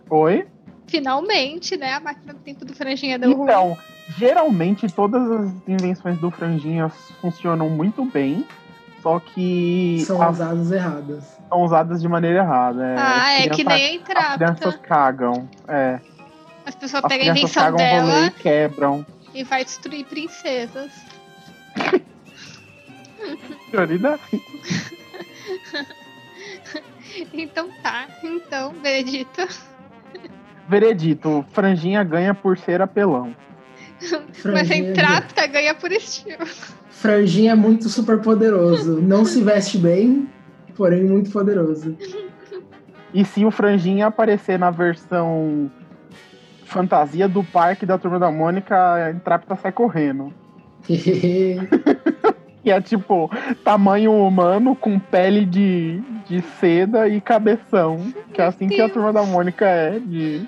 Speaker 3: Oi?
Speaker 2: finalmente, né? A máquina do tempo do Franjinha deu ruim.
Speaker 3: então, geralmente todas as invenções do Franjinha funcionam muito bem, só que
Speaker 1: São
Speaker 3: as-
Speaker 1: usadas erradas.
Speaker 3: são usadas de maneira errada. é.
Speaker 2: ah,
Speaker 3: As
Speaker 2: é que
Speaker 3: crianças-
Speaker 2: nem a
Speaker 3: As
Speaker 2: entrada.
Speaker 3: crianças cagam. É.
Speaker 2: As pessoas
Speaker 3: As
Speaker 2: pegam a um
Speaker 3: crianças
Speaker 2: invenção
Speaker 3: cagam o rolê
Speaker 2: dela
Speaker 3: e quebram.
Speaker 2: e vai destruir princesas.
Speaker 3: Prioridade.
Speaker 2: Então tá. Então, Benedito,
Speaker 3: Veredito, franjinha ganha por ser apelão.
Speaker 2: mas a
Speaker 1: Franjinha,
Speaker 2: entrada ganha por tipo. estilo.
Speaker 1: Franjinha é muito super poderoso. Não se veste bem, porém muito poderoso.
Speaker 3: E se o franjinha aparecer na versão fantasia do parque da Turma da Mônica, a Entrapta sai correndo. Que é tipo, tamanho humano com pele de, de seda e cabeção. Que é assim que a
Speaker 2: Deus.
Speaker 3: Turma da Mônica é de,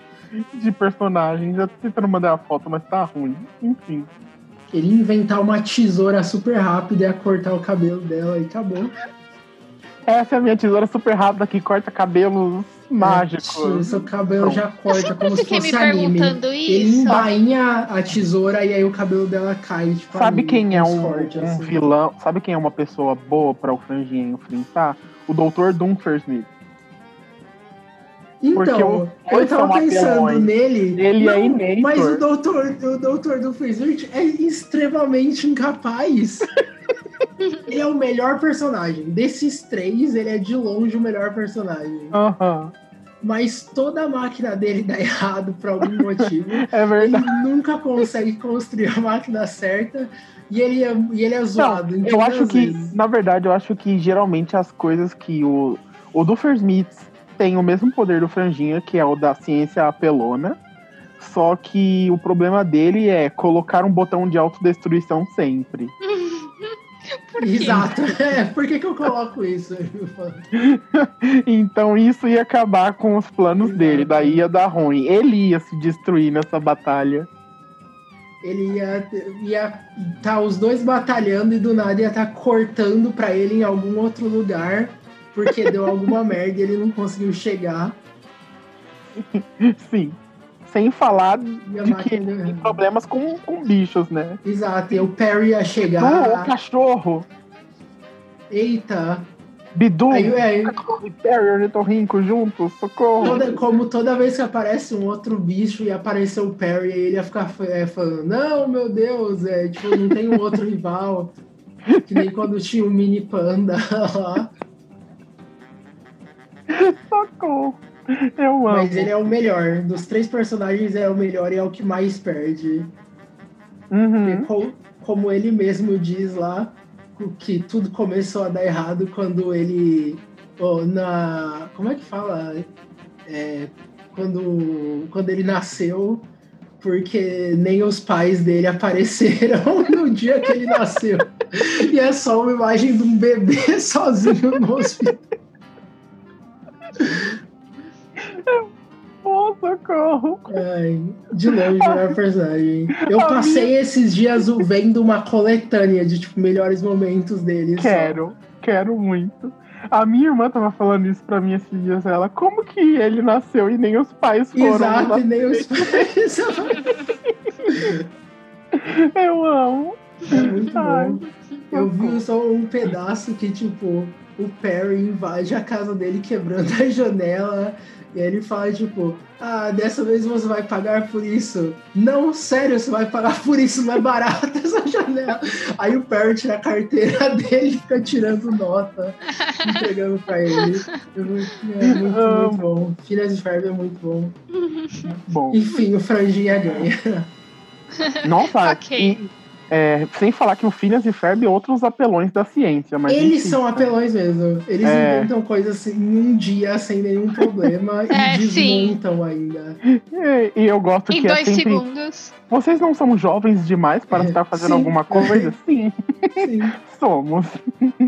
Speaker 3: de personagens. Eu tô tentando mandar a foto, mas tá ruim. Enfim.
Speaker 1: Queria inventar uma tesoura super rápida e ia cortar o cabelo dela e acabou.
Speaker 3: Essa é a minha tesoura super rápida que corta cabelos
Speaker 1: É,
Speaker 3: mágicos.
Speaker 1: seu cabelo
Speaker 3: Pronto.
Speaker 1: já corta como
Speaker 2: Eu
Speaker 1: se
Speaker 2: fiquei me
Speaker 1: fosse anime.
Speaker 2: perguntando
Speaker 1: Ele
Speaker 2: isso.
Speaker 1: embainha a tesoura e aí o cabelo dela cai. Tipo,
Speaker 3: Sabe
Speaker 1: anime,
Speaker 3: quem é
Speaker 1: mais
Speaker 3: um,
Speaker 1: forte,
Speaker 3: um
Speaker 1: assim.
Speaker 3: vilão? Sabe quem é uma pessoa boa pra o Franjinha enfrentar? O Dr. Doomfersnip. Porque
Speaker 1: Então,
Speaker 3: o-
Speaker 1: eu
Speaker 3: eles
Speaker 1: tava
Speaker 3: são
Speaker 1: pensando
Speaker 3: apelões.
Speaker 1: nele.
Speaker 3: Ele é
Speaker 1: Não,
Speaker 3: inventor.
Speaker 1: Mas o doutor, o doutor do Freezer é extremamente incapaz. ele é o melhor personagem. Desses três, ele é de longe o melhor personagem.
Speaker 3: Aham,
Speaker 1: Mas toda a máquina dele dá errado por algum motivo.
Speaker 3: é
Speaker 1: ele
Speaker 3: verdade.
Speaker 1: nunca consegue construir a máquina certa. E ele é, e ele é zoado. em
Speaker 3: Eu
Speaker 1: todas
Speaker 3: acho
Speaker 1: as
Speaker 3: que,
Speaker 1: vezes.
Speaker 3: na verdade, eu acho que geralmente as coisas que o, o Doomfersnip tem o mesmo poder do Franjinha, que é o da ciência apelona. Só que o problema dele é colocar um botão de autodestruição sempre.
Speaker 2: Por quê?
Speaker 1: Exato. É, por que, que eu coloco isso?
Speaker 3: Então isso ia acabar com os planos dele, daí ia dar ruim. Ele ia se destruir nessa batalha.
Speaker 1: Ele ia ia tá os dois batalhando e do nada ia estar cortando pra ele em algum outro lugar porque deu alguma merda e ele não conseguiu chegar
Speaker 3: Sim. Sem falar de
Speaker 1: e a
Speaker 3: que
Speaker 1: máquina deu
Speaker 3: ele tem
Speaker 1: errado.
Speaker 3: problemas com, com bichos, né?
Speaker 1: Exato, e o Perry ia
Speaker 3: Bidu, o
Speaker 1: chegar.
Speaker 3: cachorro!
Speaker 1: Eita!
Speaker 3: Bidu,
Speaker 1: Aí, aí,
Speaker 3: cachorro e Perry, ornitorrinco juntos, socorro!
Speaker 1: toda- como toda vez que aparece um outro bicho e aparecer o Perry, aí ele ia ficar é, falando, não, meu Deus, é, tipo, não tem um outro rival. Que nem quando tinha o mini panda lá.
Speaker 3: Socorro! Eu amo.
Speaker 1: Mas ele é o melhor. Dos três personagens, é o melhor e é o que mais perde. é
Speaker 3: Uhum.
Speaker 1: E co- como ele mesmo diz lá, o que tudo começou a dar errado quando ele. ó, na, como é que fala? É, quando, quando ele nasceu, porque nem os pais dele apareceram no dia que ele nasceu. E é só uma imagem de um bebê sozinho no hospital.
Speaker 3: Pô, Oh, socorro!
Speaker 1: Ai, de longe, o melhor personagem. Eu passei esses dias vendo uma coletânea de tipo, melhores momentos dele. só.
Speaker 3: Quero, quero muito. A minha irmã tava falando isso pra mim esses dias. Ela, como que ele nasceu e nem os pais foram?
Speaker 1: Exato, e nem os pais.
Speaker 3: Eu amo.
Speaker 1: É muito
Speaker 3: Ai,
Speaker 1: bom. Eu vi só um pedaço que, tipo, o Perry invade a casa dele quebrando a janela. E aí ele fala, tipo, ah, dessa vez você vai pagar por isso. Não, sério, você vai pagar por isso, não é barato essa janela. Aí o Perry tira a carteira dele e fica tirando nota, entregando pra ele. Eu- É muito, muito bom. Filhas de Ferb é muito bom.
Speaker 3: Bom,
Speaker 1: é Enfim, o Franjinha ganha.
Speaker 3: nossa,
Speaker 2: Ok.
Speaker 3: e É, sem falar que o Phineas e Ferb e outros apelões da ciência. Mas
Speaker 1: Eles
Speaker 3: enfim. né?
Speaker 1: são apelões mesmo. Eles
Speaker 3: É.
Speaker 1: inventam coisas assim, em um dia sem nenhum problema
Speaker 2: É,
Speaker 1: e
Speaker 2: sim.
Speaker 1: desmontam ainda.
Speaker 3: E, e eu gosto
Speaker 2: Em
Speaker 3: que é
Speaker 2: dois
Speaker 3: sempre.
Speaker 2: segundos.
Speaker 3: Vocês não são jovens demais para estar
Speaker 1: É,
Speaker 3: fazendo
Speaker 1: Sim.
Speaker 3: alguma coisa? Sim,
Speaker 1: Sim,
Speaker 3: somos.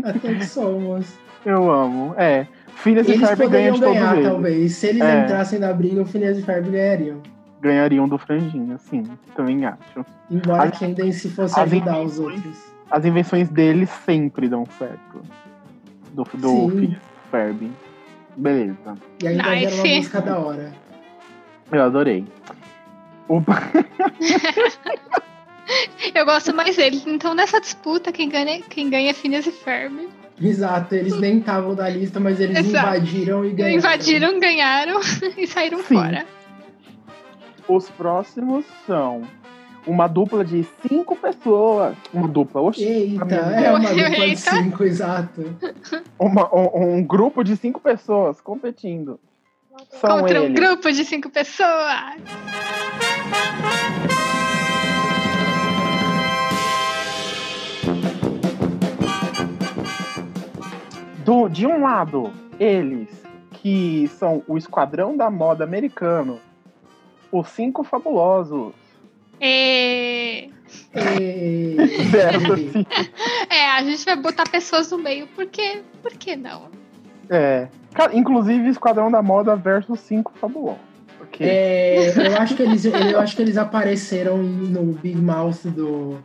Speaker 1: até que somos.
Speaker 3: Eu amo. É. Phineas e
Speaker 1: Eles
Speaker 3: Ferb ganham
Speaker 1: poderiam
Speaker 3: de todos
Speaker 1: ganhar,
Speaker 3: eles.
Speaker 1: talvez. Se eles
Speaker 3: É.
Speaker 1: entrassem na briga, o Phineas e Ferb ganhariam.
Speaker 3: Ganhariam do franjinho, sim. Também acho.
Speaker 1: Embora
Speaker 3: As-
Speaker 1: Kenden se fosse
Speaker 3: as
Speaker 1: ajudar os
Speaker 3: invenções-
Speaker 1: outros.
Speaker 3: As invenções deles sempre dão certo. Do, do
Speaker 1: Sim.
Speaker 3: Phineas e Ferb. Beleza.
Speaker 1: E ainda era uma
Speaker 2: Nice.
Speaker 1: música da hora.
Speaker 3: Eu adorei. O...
Speaker 2: Eu gosto mais deles. Então, nessa disputa, quem ganha, quem ganha é Phineas e Ferb.
Speaker 1: Exato, eles nem estavam da lista, mas eles
Speaker 2: Exato.
Speaker 1: invadiram e ganharam.
Speaker 2: Invadiram, ganharam e saíram
Speaker 3: Sim.
Speaker 2: fora.
Speaker 3: Os próximos são uma dupla de cinco pessoas. Uma dupla, oxi.
Speaker 1: Eita,
Speaker 3: Amigo.
Speaker 1: é uma dupla de
Speaker 2: Eita.
Speaker 1: cinco, exato.
Speaker 3: Uma- um, um grupo de cinco pessoas competindo. São
Speaker 2: Contra um
Speaker 3: eles.
Speaker 2: grupo de cinco pessoas.
Speaker 3: Do, de um lado, eles, que são o esquadrão da moda americano, os cinco fabulosos.
Speaker 2: É...
Speaker 1: E-
Speaker 3: Dessa, assim,
Speaker 2: é, a gente vai botar pessoas no meio, porque por que não?
Speaker 3: é. Cara, Inclusive, esquadrão da moda versus cinco fabulosos. Porque
Speaker 1: É, eu, acho que eles, eu acho que eles apareceram no Big Mouth do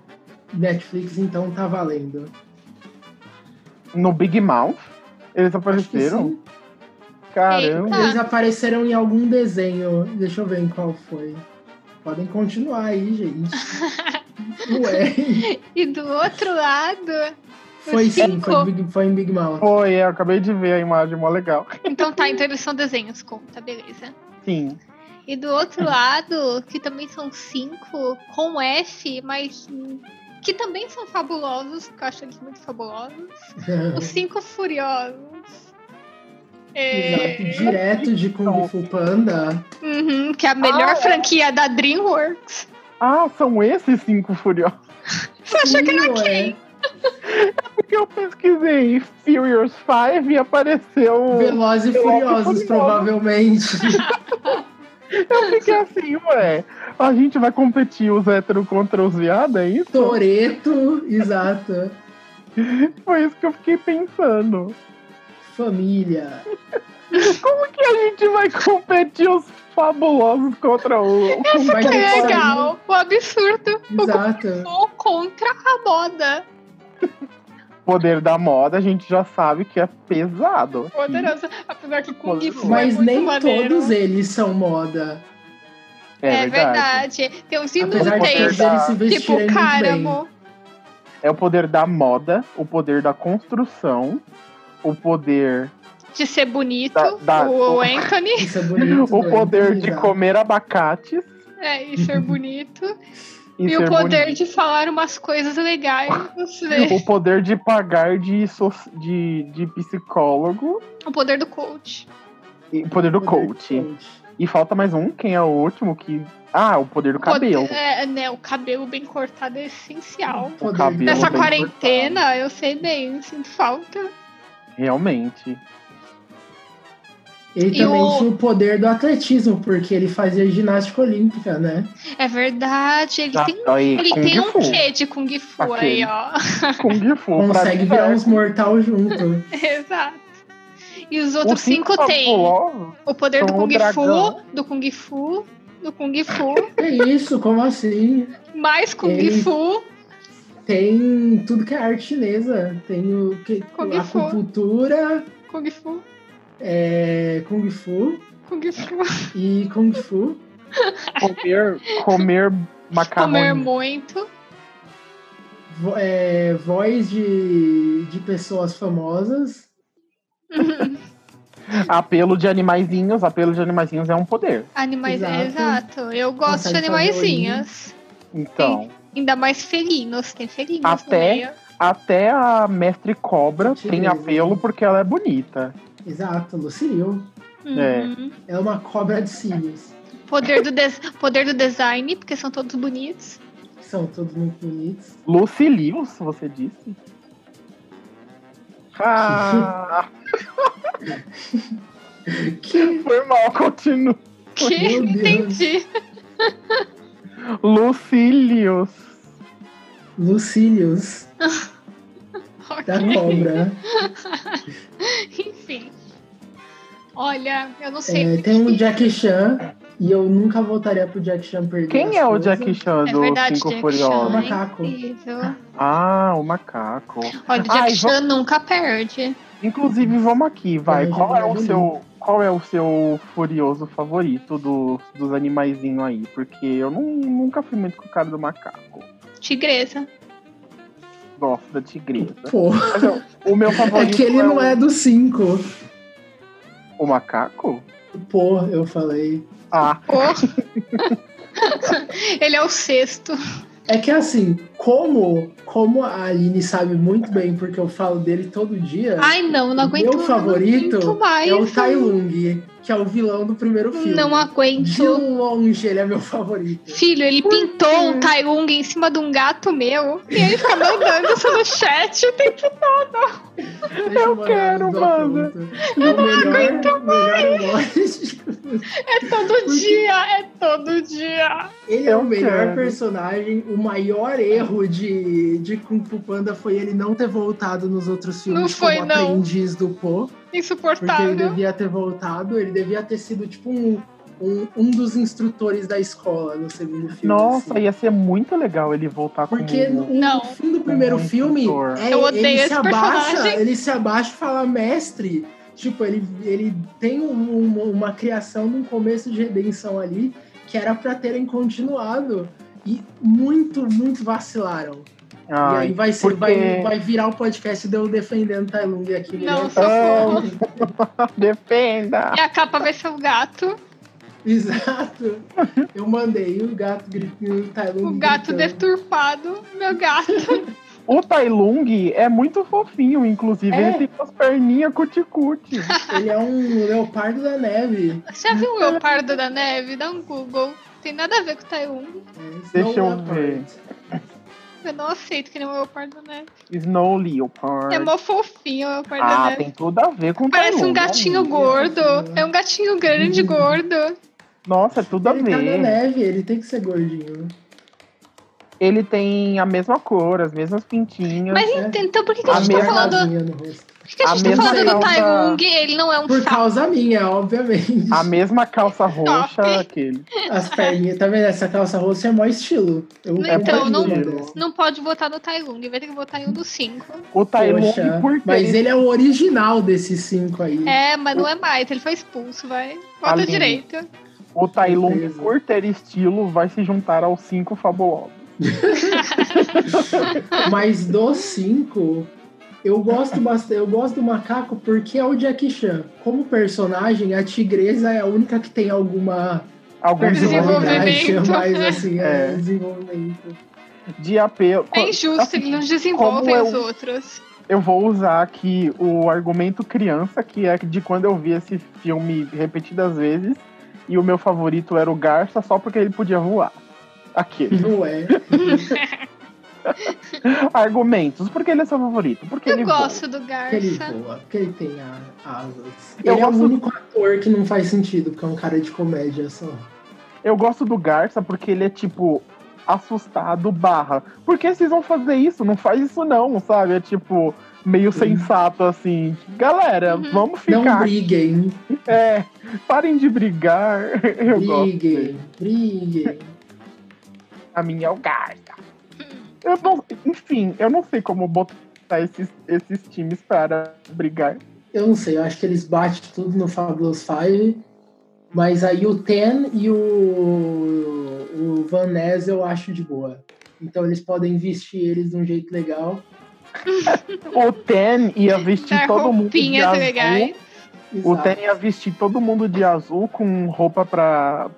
Speaker 1: Netflix, então tá valendo.
Speaker 3: no Big Mouth, eles
Speaker 1: Acho que
Speaker 3: apareceram.
Speaker 1: sim.
Speaker 3: Caramba.
Speaker 2: Eita.
Speaker 1: Eles apareceram em algum desenho. Deixa eu ver em qual foi. Podem continuar aí, gente. Ué.
Speaker 2: E do outro lado.
Speaker 1: Foi sim,
Speaker 2: Cinco.
Speaker 1: foi, Big- foi em Big Mouth.
Speaker 3: Foi, é, eu acabei de ver a imagem, mó legal.
Speaker 2: Então tá, então eles são desenhos, conta, beleza.
Speaker 3: Sim.
Speaker 2: E do outro lado, que também são cinco, com F, mas hum, que também são fabulosos, que eu acho eles muito fabulosos.
Speaker 1: É.
Speaker 3: É.
Speaker 2: Os cinco furiosos. É,
Speaker 1: Exato. Direto de Kung Fu Panda.
Speaker 2: uhum, que é a melhor franquia da DreamWorks.
Speaker 3: Ah, são esses cinco furiosos.
Speaker 2: Você achou que
Speaker 1: Sim,
Speaker 2: não
Speaker 1: ué.
Speaker 2: quem?
Speaker 3: Porque eu pesquisei Furious 5 e apareceu.
Speaker 1: Velozes e
Speaker 3: Eu acho
Speaker 1: Furiosos,
Speaker 3: curioso.
Speaker 1: provavelmente.
Speaker 3: Eu fiquei assim, ué. A gente vai competir os héteros contra os viados, é isso?
Speaker 1: Toreto, exato.
Speaker 3: Foi isso que eu fiquei pensando.
Speaker 1: Família.
Speaker 3: E a gente vai competir os fabulosos contra o.
Speaker 1: Vai
Speaker 2: Que é
Speaker 1: ter sair-
Speaker 2: legal, o absurdo.
Speaker 1: Exato.
Speaker 2: Ou contra a moda.
Speaker 3: O poder da moda, a gente já sabe que é pesado.
Speaker 2: Poderosa. Apesar que Kung Fu é
Speaker 1: Mas
Speaker 2: muito
Speaker 1: nem
Speaker 2: maneiro.
Speaker 1: todos eles são moda.
Speaker 2: É verdade. Tem uns
Speaker 1: Apesar de
Speaker 2: inúteis.
Speaker 1: todos
Speaker 3: Tem.
Speaker 1: eles se
Speaker 2: Tipo
Speaker 1: vestirem muito bem.
Speaker 2: cáramo.
Speaker 3: É o poder da moda, o poder da construção, o poder
Speaker 2: De ser bonito.
Speaker 3: Da- da-
Speaker 2: o Anthony.
Speaker 1: Isso é bonito.
Speaker 3: o
Speaker 1: né?
Speaker 3: poder de
Speaker 1: Exato.
Speaker 3: comer abacates
Speaker 2: É, e ser bonito.
Speaker 3: e,
Speaker 2: E, o
Speaker 3: ser
Speaker 2: poder
Speaker 3: bonito.
Speaker 2: de falar umas coisas legais. Você.
Speaker 3: o poder de pagar de, so- de, de psicólogo
Speaker 2: O poder do coach.
Speaker 3: e o poder do
Speaker 1: O poder
Speaker 3: coach. E falta mais um, quem é o último que ah, o poder do
Speaker 2: O
Speaker 3: cabelo.
Speaker 2: Poder, é, né, o cabelo bem cortado é essencial.
Speaker 1: Poder de-
Speaker 3: cabelo
Speaker 2: Nessa
Speaker 3: bem
Speaker 2: quarentena, eu sei bem, sinto falta.
Speaker 3: Realmente.
Speaker 1: Ele
Speaker 2: E
Speaker 1: também
Speaker 2: o-
Speaker 1: tinha o poder do atletismo, porque ele fazia ginástica olímpica, né?
Speaker 2: É verdade, ele
Speaker 1: Tá.
Speaker 3: Ah,
Speaker 2: tem,
Speaker 3: aí,
Speaker 2: ele
Speaker 3: Kung
Speaker 2: tem um
Speaker 3: Fu.
Speaker 2: quê de Kung Fu aí,
Speaker 3: Aquele.
Speaker 2: ó.
Speaker 3: Kung Fu. pra
Speaker 1: Consegue
Speaker 3: mim,
Speaker 1: virar
Speaker 3: é.
Speaker 1: uns mortal junto.
Speaker 2: Exato. E os
Speaker 3: Os
Speaker 2: outros cinco, têm
Speaker 3: fabulosos
Speaker 2: o poder do
Speaker 3: tá são o
Speaker 2: Kung
Speaker 3: dragão.
Speaker 2: Fu, do Kung Fu, do Kung Fu,
Speaker 1: É isso, como assim?
Speaker 2: mais Kung
Speaker 1: Ele-
Speaker 2: Fu.
Speaker 1: Tem tudo que é arte chinesa. Tem o que
Speaker 2: Kung
Speaker 1: a
Speaker 2: Fu.
Speaker 1: acupuntura,
Speaker 2: Kung Fu,
Speaker 1: é, Kung Fu
Speaker 2: Kung Fu.
Speaker 1: e Kung Fu.
Speaker 3: comer, comer macarrão.
Speaker 2: Comer muito.
Speaker 1: vo- é, voz de, de pessoas famosas.
Speaker 2: Uhum.
Speaker 3: Apelo de animaizinhos. Apelo de animaizinhos é um poder.
Speaker 2: Animais,
Speaker 1: Exato.
Speaker 2: exato. Eu gosto
Speaker 1: Consegue
Speaker 2: de
Speaker 1: fazer
Speaker 2: animaizinhos.
Speaker 3: Então,
Speaker 2: Ainda mais felinos, tem felinos no
Speaker 3: Até-
Speaker 2: meio.
Speaker 3: até a mestre cobra
Speaker 1: Sutileza.
Speaker 3: tem apelo porque ela é bonita.
Speaker 1: Exato, Lucille.
Speaker 3: É.
Speaker 2: Uhum.
Speaker 1: É uma cobra de cílios.
Speaker 2: Poder, do des- poder do design, porque são todos bonitos.
Speaker 1: são todos muito bonitos.
Speaker 3: Lucy Lewis, você disse? Ah,
Speaker 1: Que
Speaker 3: foi mal, continua.
Speaker 2: Que?
Speaker 1: Meu Deus.
Speaker 2: Entendi.
Speaker 3: Lucy Lewis.
Speaker 1: Lucílios
Speaker 3: Tá
Speaker 1: da
Speaker 2: Ok.
Speaker 1: cobra.
Speaker 2: Enfim. Olha, eu não sei.
Speaker 1: É,
Speaker 2: porque-
Speaker 1: tem um Jack Chan e eu nunca voltaria pro Jack Chan perder.
Speaker 3: Quem
Speaker 1: as
Speaker 3: é o
Speaker 1: coisas.
Speaker 3: Jack Chan
Speaker 2: É
Speaker 3: do
Speaker 2: verdade,
Speaker 3: Cinco
Speaker 2: Jack
Speaker 3: Furiosos?
Speaker 2: Chan.
Speaker 1: Macaco.
Speaker 2: É incrível.
Speaker 3: Ah, o macaco.
Speaker 2: Olha, o Jack
Speaker 3: Ai,
Speaker 2: Chan nunca perde.
Speaker 3: Inclusive, vamos aqui, vai.
Speaker 1: Eu já
Speaker 3: Qual é o
Speaker 1: vi.
Speaker 3: seu, qual é o seu furioso favorito do, dos animaizinhos aí? Porque eu não- nunca fui muito com o cara do macaco.
Speaker 2: Tigresa.
Speaker 3: Gosto da tigresa.
Speaker 1: Pô,
Speaker 3: Mas eu- o meu
Speaker 1: é
Speaker 3: favorito
Speaker 1: que ele não
Speaker 3: o-
Speaker 1: é do 5.
Speaker 3: o macaco?
Speaker 1: Pô, eu falei.
Speaker 3: Ah,
Speaker 2: Pô. Ele é o sexto.
Speaker 1: É que assim, como, como a Aline sabe muito bem, porque eu falo dele todo dia,
Speaker 2: Ai, não, não
Speaker 1: Meu
Speaker 2: aguento. não
Speaker 1: favorito
Speaker 2: aguento mais.
Speaker 1: é o
Speaker 3: tá
Speaker 1: Tai Lung, que é o vilão do primeiro filme.
Speaker 2: Não
Speaker 1: De
Speaker 2: aguento.
Speaker 1: longe ele é meu favorito.
Speaker 2: Filho, ele pintou um Tai Lung em cima de um gato meu e ele fica mandando isso no chat. Eu tenho que-
Speaker 1: Deixa
Speaker 3: Eu
Speaker 1: mandar
Speaker 3: quero,
Speaker 1: uns
Speaker 3: mano.
Speaker 1: apontos. E o melhor, melhor emoji-
Speaker 2: É todo dia, é todo dia.
Speaker 1: Ele é o
Speaker 3: Eu
Speaker 1: melhor
Speaker 3: quero.
Speaker 1: personagem. O maior erro de, de Kung Fu Panda foi ele não ter voltado nos outros filmes
Speaker 2: Não foi,
Speaker 1: como
Speaker 2: não.
Speaker 1: aprendiz do Po. Porque ele
Speaker 2: Insuportável.
Speaker 1: devia ter voltado, ele devia ter sido tipo um, um, um dos instrutores da escola no segundo filme.
Speaker 3: nossa,
Speaker 1: assim.
Speaker 3: ia ser muito legal ele voltar com
Speaker 1: Porque no
Speaker 2: Não.
Speaker 1: no fim do primeiro
Speaker 3: Não,
Speaker 1: filme,
Speaker 3: doutor.
Speaker 1: é,
Speaker 2: Eu odeio
Speaker 1: ele
Speaker 2: esse
Speaker 1: se abaixa,
Speaker 2: personagem.
Speaker 1: ele se abaixa e fala mestre. Tipo, ele, ele tem um- uma, uma criação de um começo de redenção ali que era pra terem continuado. E muito, muito vacilaram. e aí
Speaker 3: Ai,
Speaker 1: vai, ser,
Speaker 3: porque-
Speaker 1: vai, vai virar o podcast de eu defendendo Tai Lung aqui.
Speaker 2: Não,
Speaker 1: né?
Speaker 2: socorro.
Speaker 3: defenda!
Speaker 2: E a capa vai ser o gato.
Speaker 1: Exato. Eu mandei o gato gritando, o Tai Lung
Speaker 2: O gato
Speaker 3: então.
Speaker 1: gritando.
Speaker 2: deturpado. Meu gato.
Speaker 3: O Tai Lung é muito fofinho, inclusive.
Speaker 1: É.
Speaker 3: Ele tem umas perninhas cuticute.
Speaker 1: Ele é um leopardo da neve.
Speaker 2: Você já viu o Leopardo da Neve? Dá um Google. Tem nada a ver com o Tai Lung.
Speaker 1: É,
Speaker 3: Deixa eu
Speaker 1: snow leopard.
Speaker 3: ver.
Speaker 2: Eu não aceito que nem o Leopardo da Neve.
Speaker 3: Snow Leopard.
Speaker 2: É mó fofinho o Leopardo da
Speaker 3: ah,
Speaker 2: Neve.
Speaker 3: tem tudo a ver com o Tai
Speaker 2: Parece um
Speaker 3: Lung, né?
Speaker 2: gatinho
Speaker 3: amigo.
Speaker 2: gordo.
Speaker 1: fofinho.
Speaker 2: É um gatinho grande
Speaker 1: Uhum.
Speaker 2: gordo.
Speaker 3: Nossa, é tudo a
Speaker 1: Ele tá na
Speaker 3: ver.
Speaker 1: neve, ele tem que ser gordinho.
Speaker 3: ele tem a mesma cor, as mesmas pintinhas.
Speaker 2: Mas
Speaker 1: É.
Speaker 2: ent- então por que, que a
Speaker 3: A
Speaker 2: gente tá
Speaker 3: mesma-
Speaker 2: falando.
Speaker 1: casinha no rosto.
Speaker 2: Por que, que a
Speaker 3: a
Speaker 2: gente tá
Speaker 1: mesma
Speaker 2: falando do
Speaker 3: causa-
Speaker 2: Tai Lung? Ele não é um
Speaker 1: Por
Speaker 2: sapo.
Speaker 1: causa minha, obviamente.
Speaker 3: A mesma calça roxa, aquele.
Speaker 1: As perninhas, tá vendo? Essa calça roxa é mó estilo. Eu
Speaker 2: Não,
Speaker 1: eu
Speaker 2: então,
Speaker 1: gosto
Speaker 2: não-
Speaker 1: de uma dessa.
Speaker 2: Não pode votar no Tai Lung. Vai ter que votar em um dos cinco.
Speaker 3: O Tai Lung,
Speaker 1: Poxa,
Speaker 3: por quê?
Speaker 1: mas ele é o original desses cinco aí.
Speaker 2: É, mas não é mais. Ele foi expulso, vai. Vota
Speaker 3: Aline.
Speaker 2: direito. É
Speaker 3: O Tai
Speaker 1: é
Speaker 3: Lung,
Speaker 1: Beleza.
Speaker 3: por ter estilo, vai se juntar aos cinco fabulosos.
Speaker 1: Mas dos cinco, eu gosto bastante, eu gosto do macaco porque é o Jackie Chan. Como personagem, a tigresa é a única que tem alguma
Speaker 3: Algum
Speaker 2: Desenvolvimento.
Speaker 1: personalidade, mais assim, é,
Speaker 3: É.
Speaker 1: desenvolvimento.
Speaker 3: de apelo.
Speaker 2: É injusto,
Speaker 3: Assim,
Speaker 2: eles não desenvolvem
Speaker 3: como eu-
Speaker 2: os outros.
Speaker 3: Eu vou usar aqui o argumento criança, que é de quando eu vi esse filme repetidas vezes, e o meu favorito era o Garça, só porque ele podia voar. Aquele.
Speaker 1: Não é.
Speaker 3: Argumentos. Por que ele é seu favorito? Porque ele
Speaker 2: Eu
Speaker 3: voa.
Speaker 2: gosto do
Speaker 1: Porque ele
Speaker 2: Garça.
Speaker 1: voa, porque ele tem a- asas.
Speaker 3: Eu
Speaker 1: ele é o
Speaker 3: gosto-
Speaker 1: único ator que não faz sentido, porque é um cara de comédia só.
Speaker 3: Eu gosto do Garça porque ele é tipo assustado barra. Por que vocês vão fazer isso? Não faz isso não, sabe? É tipo meio sensato assim. Galera,
Speaker 2: Uhum.
Speaker 3: vamos
Speaker 1: Não
Speaker 3: ficar.
Speaker 1: briguem,
Speaker 3: É, parem de brigar. Eu gosto. dele.
Speaker 1: briguem, briguem.
Speaker 3: A minha é o Garça. Eu não, enfim, eu não sei como botar esses, esses times para brigar.
Speaker 1: Eu não sei, eu acho que eles batem tudo no Fabulous Five. Mas aí o Ten e o, o Van Ness eu acho de boa. Então eles podem vestir eles de um jeito legal.
Speaker 3: O Ten ia vestir
Speaker 2: Dar
Speaker 3: todo mundo de
Speaker 2: roupinhas
Speaker 3: azul.
Speaker 2: legais.
Speaker 3: O
Speaker 1: Exato.
Speaker 3: Ten ia vestir todo mundo de azul com roupa pra,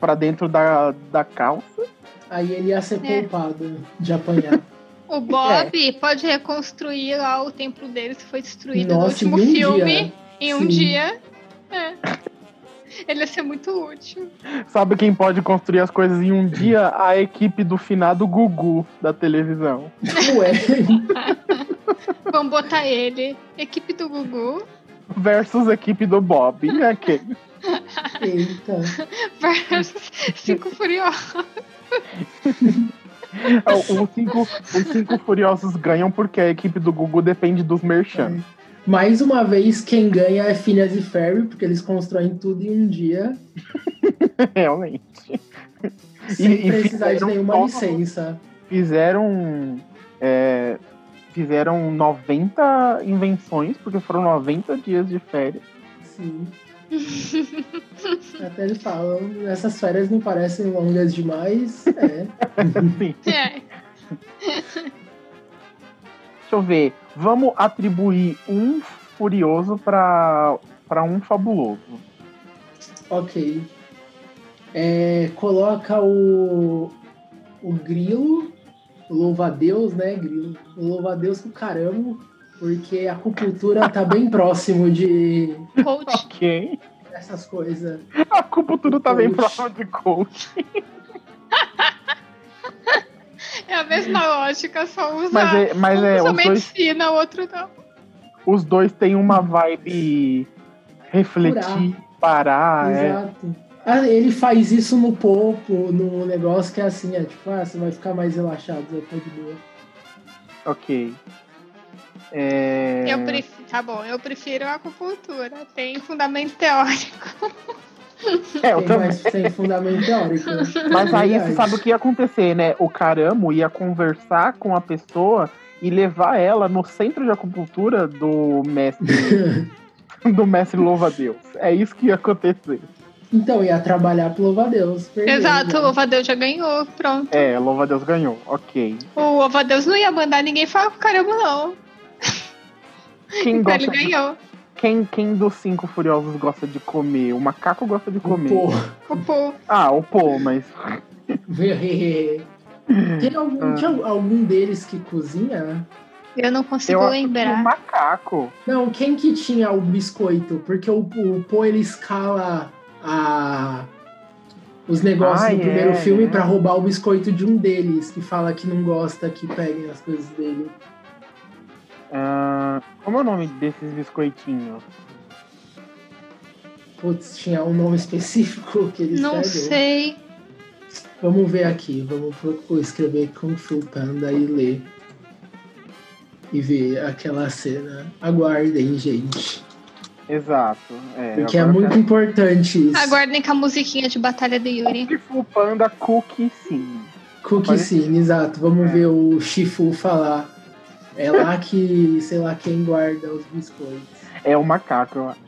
Speaker 3: pra dentro da, da calça.
Speaker 1: Aí ele ia ser
Speaker 2: É.
Speaker 1: poupado de apanhar.
Speaker 2: O Bob
Speaker 3: É.
Speaker 2: pode reconstruir lá o
Speaker 3: um
Speaker 1: um
Speaker 2: templo deles que foi destruído
Speaker 1: Nossa,
Speaker 2: no último
Speaker 1: e um
Speaker 2: filme
Speaker 1: dia.
Speaker 2: em um
Speaker 1: Sim.
Speaker 2: dia. Ele ia ser muito útil.
Speaker 3: Sabe quem pode construir as coisas em um dia? A equipe do finado Gugu da televisão.
Speaker 1: Ué,
Speaker 2: Vamos botar ele. Equipe do Gugu
Speaker 3: Versus a equipe do Bob. né, E aquele.
Speaker 1: eita.
Speaker 2: versus Cinco Furiosos.
Speaker 3: é O- Os cinco, os cinco furiosos ganham porque a equipe do Gugu depende dos merchan.
Speaker 1: É. Mais uma vez, quem ganha é Phineas e Ferry, porque eles constroem tudo em um dia,
Speaker 3: Realmente.
Speaker 1: sem
Speaker 3: e
Speaker 1: precisar de
Speaker 3: fizeram
Speaker 1: nenhuma
Speaker 3: todo-
Speaker 1: licença.
Speaker 3: Fizeram. é, fizeram 90 invenções, porque foram 90 dias de férias.
Speaker 1: Sim. Até eles falam, essas férias não parecem longas demais. É.
Speaker 3: Assim,
Speaker 2: É.
Speaker 3: Deixa eu ver. Vamos atribuir um furioso pra, pra um fabuloso.
Speaker 1: Ok. É, coloca o, o grilo, o louva-a-Deus, né, grilo? O louva-a-Deus com caramba, porque a acupuntura tá bem próximo de
Speaker 2: Coach.
Speaker 3: Ok.
Speaker 1: essas coisas.
Speaker 3: A acupuntura tá bem
Speaker 1: Coach.
Speaker 3: próxima de coach.
Speaker 2: É a mesma lógica, só usa.
Speaker 3: Mas é, mas
Speaker 2: um
Speaker 3: é
Speaker 2: usa
Speaker 3: os, dois,
Speaker 2: medicina, o outro não.
Speaker 3: os dois têm uma vibe refletir, parar. É.
Speaker 1: Exato. Ah, ele faz isso no popo, no negócio que é assim, é tipo, ah, você vai ficar mais relaxado, vai ficar de boa.
Speaker 3: Ok. É...
Speaker 2: Eu prefiro, tá bom, eu prefiro a acupuntura. Tem fundamento teórico.
Speaker 3: É, eu
Speaker 1: Tem,
Speaker 3: também.
Speaker 1: mais, tem fundamento teórico. né?
Speaker 3: Mas aí você
Speaker 1: É Verdade.
Speaker 3: sabe o que ia acontecer, né? O caramo ia conversar com a pessoa e levar ela no centro de acupuntura do mestre. do mestre Louva-Deus. É isso que ia acontecer.
Speaker 1: Então, ia trabalhar pro louva-a-Deus. perdeu,
Speaker 2: Exato,
Speaker 1: né?
Speaker 2: o Ovadeus já ganhou, pronto.
Speaker 3: É, Louva-Deus ganhou. Ok.
Speaker 2: O Ovadeus não ia mandar ninguém falar com caramba, não.
Speaker 3: Quem,
Speaker 2: Então ele
Speaker 3: gosta de-
Speaker 2: ganhou.
Speaker 3: quem, quem dos cinco furiosos gosta de comer? O macaco gosta de comer.
Speaker 1: Pô.
Speaker 2: O povo.
Speaker 3: Ah, o Paul, mas.
Speaker 1: Tem
Speaker 3: Ah.
Speaker 1: algum, tinha algum deles que cozinha?
Speaker 2: Eu não
Speaker 3: Eu
Speaker 2: consigo
Speaker 3: acho que o
Speaker 2: lembrar.
Speaker 3: macaco.
Speaker 1: Não, quem que tinha o biscoito? Porque o, o Poe ele escala a, os negócios
Speaker 3: Ah,
Speaker 1: do primeiro
Speaker 3: é,
Speaker 1: filme
Speaker 3: é.
Speaker 1: pra roubar o biscoito de um deles, que fala que não gosta que peguem as coisas dele.
Speaker 3: Ah, como é o nome desses biscoitinhos?
Speaker 1: Putz, tinha um nome específico que eles
Speaker 2: Não
Speaker 1: pegam?
Speaker 2: sei.
Speaker 1: Vamos ver aqui, vamos procurar escrever Kung Fu Panda e ler. E ver aquela cena. Aguardem, gente.
Speaker 3: Exato. É,
Speaker 1: Porque é
Speaker 3: agora eu
Speaker 1: muito importante isso.
Speaker 2: Aguardem com a musiquinha de Batalha do Yuri.
Speaker 3: Kung Fu Panda Cookie Sim.
Speaker 1: Cookie
Speaker 3: Pode-
Speaker 1: Sim, exato. Vamos
Speaker 3: É.
Speaker 1: ver o Shifu falar. É lá que, sei lá, quem guarda os biscoitos.
Speaker 3: É o macaco, eu acho.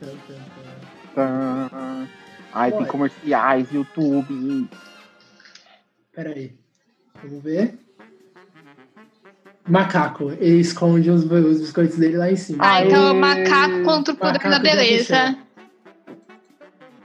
Speaker 1: Tan, tan, tan.
Speaker 3: Tã. Tá. Ai, tem
Speaker 1: Olha.
Speaker 3: comerciais, YouTube.
Speaker 1: Peraí. Vamos ver. Macaco. Ele esconde os, os biscoitos dele lá em cima.
Speaker 2: Ah, então é o
Speaker 3: Aê.
Speaker 2: macaco contra o poder
Speaker 1: Macaco
Speaker 2: da
Speaker 1: já
Speaker 2: beleza.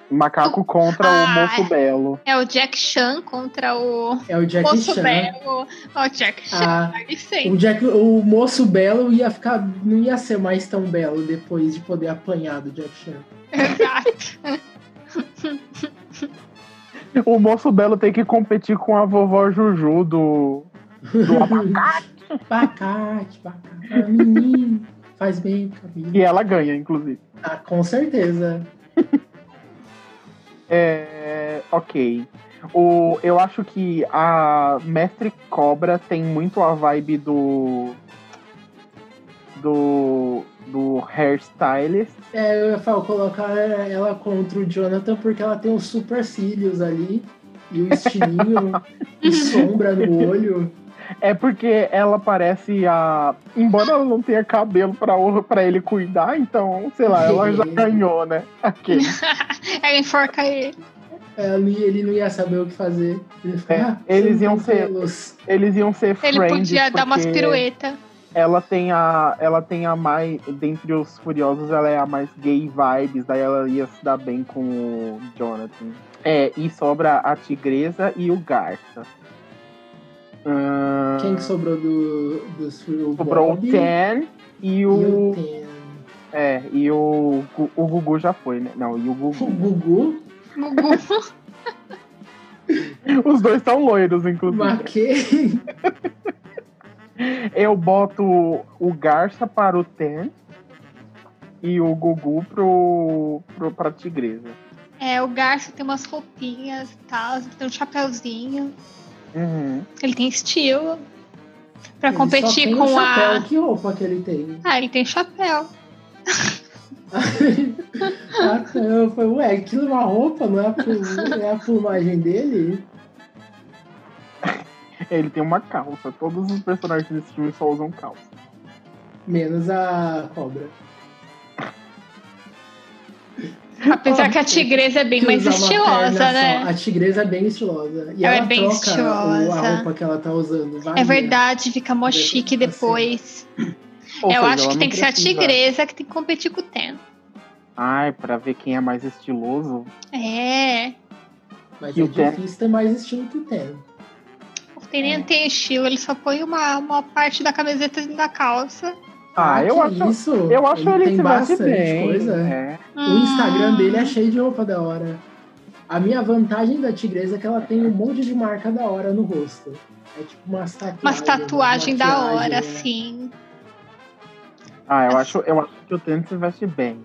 Speaker 3: Macaco contra o
Speaker 2: Ah,
Speaker 3: moço belo.
Speaker 2: É o Jack Chan contra o
Speaker 1: É o Jack
Speaker 2: Moço
Speaker 1: Chan.
Speaker 2: Belo. Ó, o Jack Chan,
Speaker 1: Ah,
Speaker 2: licença.
Speaker 1: o, Jack, o moço belo ia ficar. não ia ser mais tão belo depois de poder apanhar do Jack Chan.
Speaker 2: Exato.
Speaker 3: O moço belo tem que competir com a vovó Juju do. do abacate.
Speaker 1: Bacate, bacate. Ah, menino. Faz bem o
Speaker 3: e
Speaker 1: caminho.
Speaker 3: ela ganha, inclusive.
Speaker 1: Ah, com certeza.
Speaker 3: É. Ok. O, eu acho que a Mestre Cobra tem muito a vibe do. do. do hairstylist.
Speaker 1: É, eu ia falar, colocar ela contra o Jonathan porque ela tem os super cílios ali e o estilinho e sombra no olho.
Speaker 3: É porque ela parece a. Embora ela não tenha cabelo pra, pra ele cuidar, então, sei lá, ela já
Speaker 1: Uhum.
Speaker 3: ganhou, né? Aqui.
Speaker 2: Ela enforca ele.
Speaker 1: Ela- ele É, não ia saber o que fazer. Ele ia ficar,
Speaker 3: É,
Speaker 1: "Ah,
Speaker 3: eles
Speaker 1: você não
Speaker 3: iam
Speaker 1: tem
Speaker 3: ser-
Speaker 1: pelos."
Speaker 3: Eles iam ser
Speaker 2: Ele
Speaker 3: friends.
Speaker 2: podia dar umas
Speaker 3: porque
Speaker 2: piruetas.
Speaker 3: Ela tem a. Ela tem a mais. Dentre os furiosos, ela é a mais gay vibes, daí ela ia se dar bem com o Jonathan. É, e sobra a tigresa e o Garça. Ahn,
Speaker 1: Quem que sobrou do, dos o
Speaker 3: Ah. sobrou o
Speaker 1: Bob
Speaker 3: Ten e
Speaker 1: e o
Speaker 3: o.
Speaker 1: Ten.
Speaker 3: É, e o, Gu- o Gugu já foi, né? Não, e o
Speaker 1: O
Speaker 3: Gugu.
Speaker 1: Gugu,
Speaker 2: Gugu.
Speaker 3: Os dois são loiros,
Speaker 1: o
Speaker 3: inclusive.
Speaker 1: Maquê.
Speaker 3: Eu boto o Garça para o Ten e o Gugu pro, pro, pra Tigresa.
Speaker 2: É, o Garça tem umas roupinhas e tal, tem um chapéuzinho.
Speaker 3: Uhum.
Speaker 2: Ele tem estilo. Pra
Speaker 1: Ele só
Speaker 2: competir
Speaker 1: tem o
Speaker 2: com
Speaker 1: chapéu.
Speaker 2: a.
Speaker 1: Que roupa que ele tem?
Speaker 2: Ah, ele tem chapéu.
Speaker 1: ah, tá. eu falei, ué, aquilo é uma roupa, não é a, plu- não é a plumagem dele?
Speaker 3: Ele tem uma calça. Todos os personagens desse filme só usam calça.
Speaker 1: Menos a cobra.
Speaker 2: Apesar que a tigresa é bem
Speaker 1: Que
Speaker 2: mais
Speaker 1: usa uma
Speaker 2: estilosa,
Speaker 1: perna
Speaker 2: né?
Speaker 1: só. A tigresa é bem estilosa. E
Speaker 2: Ela
Speaker 1: ela,
Speaker 2: é bem
Speaker 1: troca
Speaker 2: estilosa.
Speaker 1: o- a roupa que ela tá usando. vai,
Speaker 2: É
Speaker 1: né?
Speaker 2: verdade, fica mó
Speaker 1: Assim.
Speaker 2: chique depois. Eu
Speaker 3: Ou seja,
Speaker 2: acho
Speaker 3: ela
Speaker 2: que
Speaker 3: não
Speaker 2: tem que ser a
Speaker 3: precisa-
Speaker 2: tigresa que tem que competir com o Ten.
Speaker 3: Ai, pra ver quem é mais estiloso.
Speaker 2: É.
Speaker 1: Mas
Speaker 3: E
Speaker 1: é
Speaker 3: o pé?
Speaker 1: difícil ter mais estilo que o Ten.
Speaker 2: O Ten
Speaker 1: É.
Speaker 2: nem tem estilo, ele só põe uma, uma parte da camiseta dentro da calça.
Speaker 3: Ah, eu
Speaker 1: que é
Speaker 3: acho.
Speaker 1: Isso?
Speaker 3: Eu acho ele,
Speaker 1: tem
Speaker 3: se veste
Speaker 1: bastante
Speaker 3: bem.
Speaker 1: coisa.
Speaker 3: É.
Speaker 1: O
Speaker 2: Hum,
Speaker 1: Instagram dele é cheio de roupa da hora. A minha vantagem da tigresa é que ela tem um monte de marca da hora no rosto. É tipo umas tatuagens.
Speaker 2: Umas tatuagens da
Speaker 1: maquiagem,
Speaker 2: hora,
Speaker 1: né?
Speaker 2: assim.
Speaker 3: Ah, eu acho, eu acho que o Tênis se veste bem.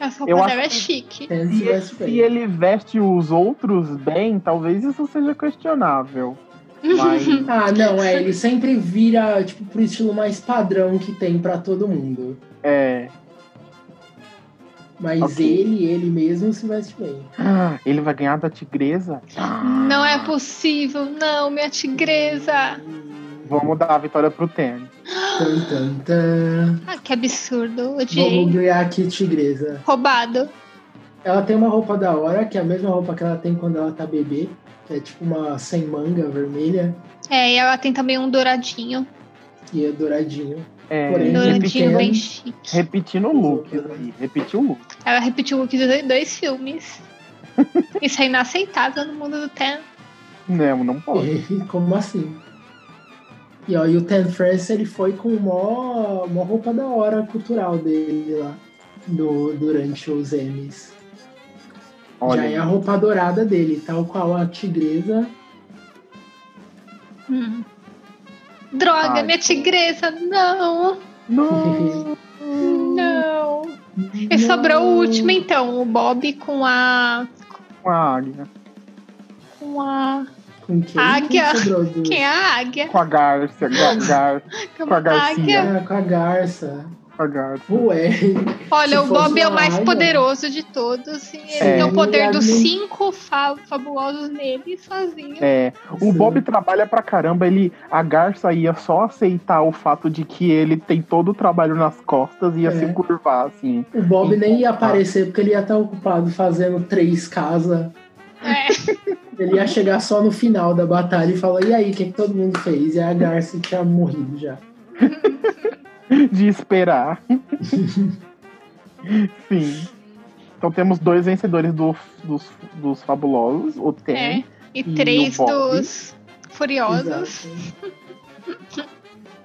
Speaker 2: Essa
Speaker 3: Eu
Speaker 2: roupa
Speaker 3: acho
Speaker 2: dela é
Speaker 3: que-
Speaker 2: chique.
Speaker 1: Tem esse
Speaker 3: Se,
Speaker 1: veste
Speaker 3: se
Speaker 1: bem.
Speaker 3: ele veste os outros bem, talvez isso seja questionável. Mas
Speaker 1: Ah, não, é, ele sempre vira, tipo, pro estilo mais padrão que tem pra todo mundo.
Speaker 3: é.
Speaker 1: Mas
Speaker 3: Ok.
Speaker 1: ele, ele mesmo se veste bem.
Speaker 3: Ah, Ele vai ganhar da tigresa? Ah,
Speaker 2: Não é possível, não, minha
Speaker 3: Tá.
Speaker 2: tigresa.
Speaker 3: Vamos dar a vitória pro Tênis.
Speaker 1: Tan, tan, tan.
Speaker 2: Ah, que absurdo,
Speaker 1: Vamos
Speaker 2: odiei.
Speaker 1: ganhar aqui, tigresa.
Speaker 2: Roubado.
Speaker 1: Ela tem uma roupa da hora, que é a mesma roupa que ela tem quando ela tá bebê, que é tipo uma sem manga vermelha
Speaker 2: É, e ela tem também um douradinho.
Speaker 1: e é douradinho.
Speaker 3: É,
Speaker 1: Porém, Ele
Speaker 2: Douradinho
Speaker 1: pequeno.
Speaker 2: bem chique.
Speaker 3: repetindo o look aí. Repetiu o look.
Speaker 2: Ela repetiu o look de dois filmes. Isso é inaceitável no mundo do Ten.
Speaker 3: Não, não pode.
Speaker 1: Como assim? E, ó, e o Ten France ele foi com uma mó roupa da hora cultural dele lá no, durante os Emmys. Já é
Speaker 3: Olha,
Speaker 1: a roupa dourada dele, tal qual a tigresa.
Speaker 2: Hum. Droga,
Speaker 3: Ai.
Speaker 2: minha tigresa, não,
Speaker 3: não.
Speaker 2: não. E
Speaker 1: Não.
Speaker 2: sobrou o último então, o Bob com a
Speaker 3: Com a águia.
Speaker 2: com a
Speaker 1: Com quem?
Speaker 2: Águia.
Speaker 1: Quem sobrou do-
Speaker 2: Ah, quem é a águia,
Speaker 3: Com a garça. Com a, gar,
Speaker 2: com a
Speaker 3: Garcia.
Speaker 2: águia.
Speaker 1: Ah, com a garça.
Speaker 3: com a garça.
Speaker 1: Ué,
Speaker 2: Olha,
Speaker 1: Se
Speaker 2: o Bob
Speaker 1: fosse
Speaker 2: é o
Speaker 1: uma
Speaker 2: mais
Speaker 1: águia.
Speaker 2: poderoso de todos e ele
Speaker 3: É.
Speaker 2: tem o poder dos
Speaker 1: Amigo.
Speaker 2: cinco fa- fabulosos nele sozinho.
Speaker 3: É, o Bob trabalha pra caramba, ele a Garça ia só aceitar o fato de que ele tem todo o trabalho nas costas e ia
Speaker 1: É.
Speaker 3: se curvar, assim.
Speaker 1: o Bob nem ia aparecer porque ele ia estar ocupado fazendo três casas.
Speaker 2: É.
Speaker 1: Ele ia chegar só no final da batalha e falar: e aí, o que, que todo mundo fez? E a Garça tinha morrido já.
Speaker 3: De esperar. Sim. Então temos dois vencedores do- dos, dos fabulosos, o Ten.
Speaker 2: É, E
Speaker 3: o
Speaker 2: três
Speaker 3: Bob.
Speaker 2: dos furiosos.
Speaker 1: Exato.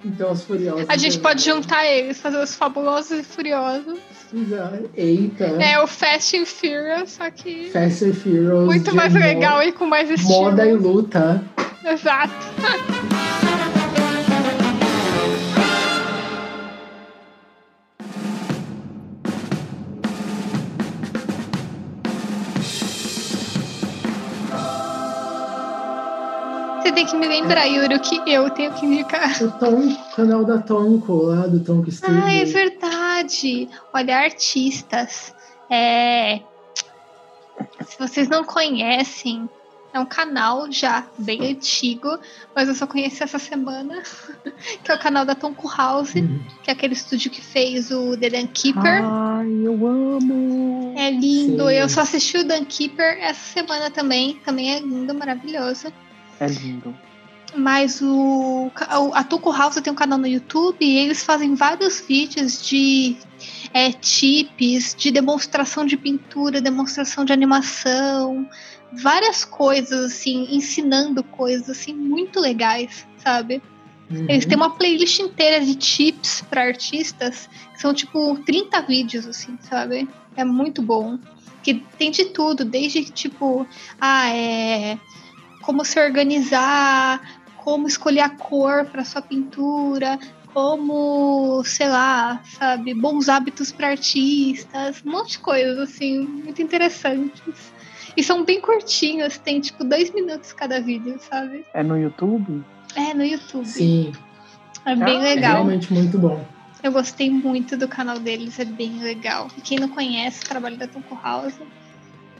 Speaker 1: Então, os furiosos.
Speaker 2: A gente
Speaker 1: né?
Speaker 2: pode juntar eles, fazer os fabulosos e furiosos.
Speaker 1: Exato. Eita.
Speaker 2: É o Fast and Furious, só que
Speaker 1: Fast and Furious.
Speaker 2: muito
Speaker 1: de
Speaker 2: mais
Speaker 1: mo-
Speaker 2: legal e com mais estilo.
Speaker 1: Moda e luta.
Speaker 2: Exato. Você tem que me lembrar, Yuri, o que eu tenho que indicar.
Speaker 1: O Tom, canal da Tonko lá, do Tonko Studio.
Speaker 2: Ah, é verdade. Olha, artistas. É, Se vocês não conhecem, é um canal já bem antigo, mas eu só conheci essa semana, que é o canal da Tonko House,
Speaker 1: Uhum.
Speaker 2: que é aquele estúdio que fez o The Dan Keeper.
Speaker 3: Ai, eu amo!
Speaker 2: É lindo.
Speaker 1: Sim.
Speaker 2: Eu só assisti o Dan Keeper essa semana também. Também é lindo, maravilhoso.
Speaker 3: É lindo.
Speaker 2: Mas o, ca- o- a Tuco House tem um canal no YouTube e eles fazem vários vídeos de é, tips, de demonstração de pintura, demonstração de animação, várias coisas assim, ensinando coisas assim muito legais, sabe? Eles
Speaker 1: Uhum.
Speaker 2: têm uma playlist inteira de tips para artistas, que são tipo 30 vídeos, assim, sabe? É muito bom. Que tem de tudo, desde tipo, ah, é. Como se organizar, como escolher a cor para sua pintura, como, sei lá, sabe, bons hábitos para artistas, um monte de coisas, assim, muito interessantes. E são bem curtinhos, tem tipo dois minutos cada vídeo, sabe?
Speaker 3: É no YouTube?
Speaker 2: É, no YouTube.
Speaker 1: Sim,
Speaker 2: É bem
Speaker 3: Ah,
Speaker 1: é
Speaker 2: legal.
Speaker 1: realmente muito bom.
Speaker 2: Eu gostei muito do canal deles, é bem legal. E quem não conhece o trabalho da Tonko House,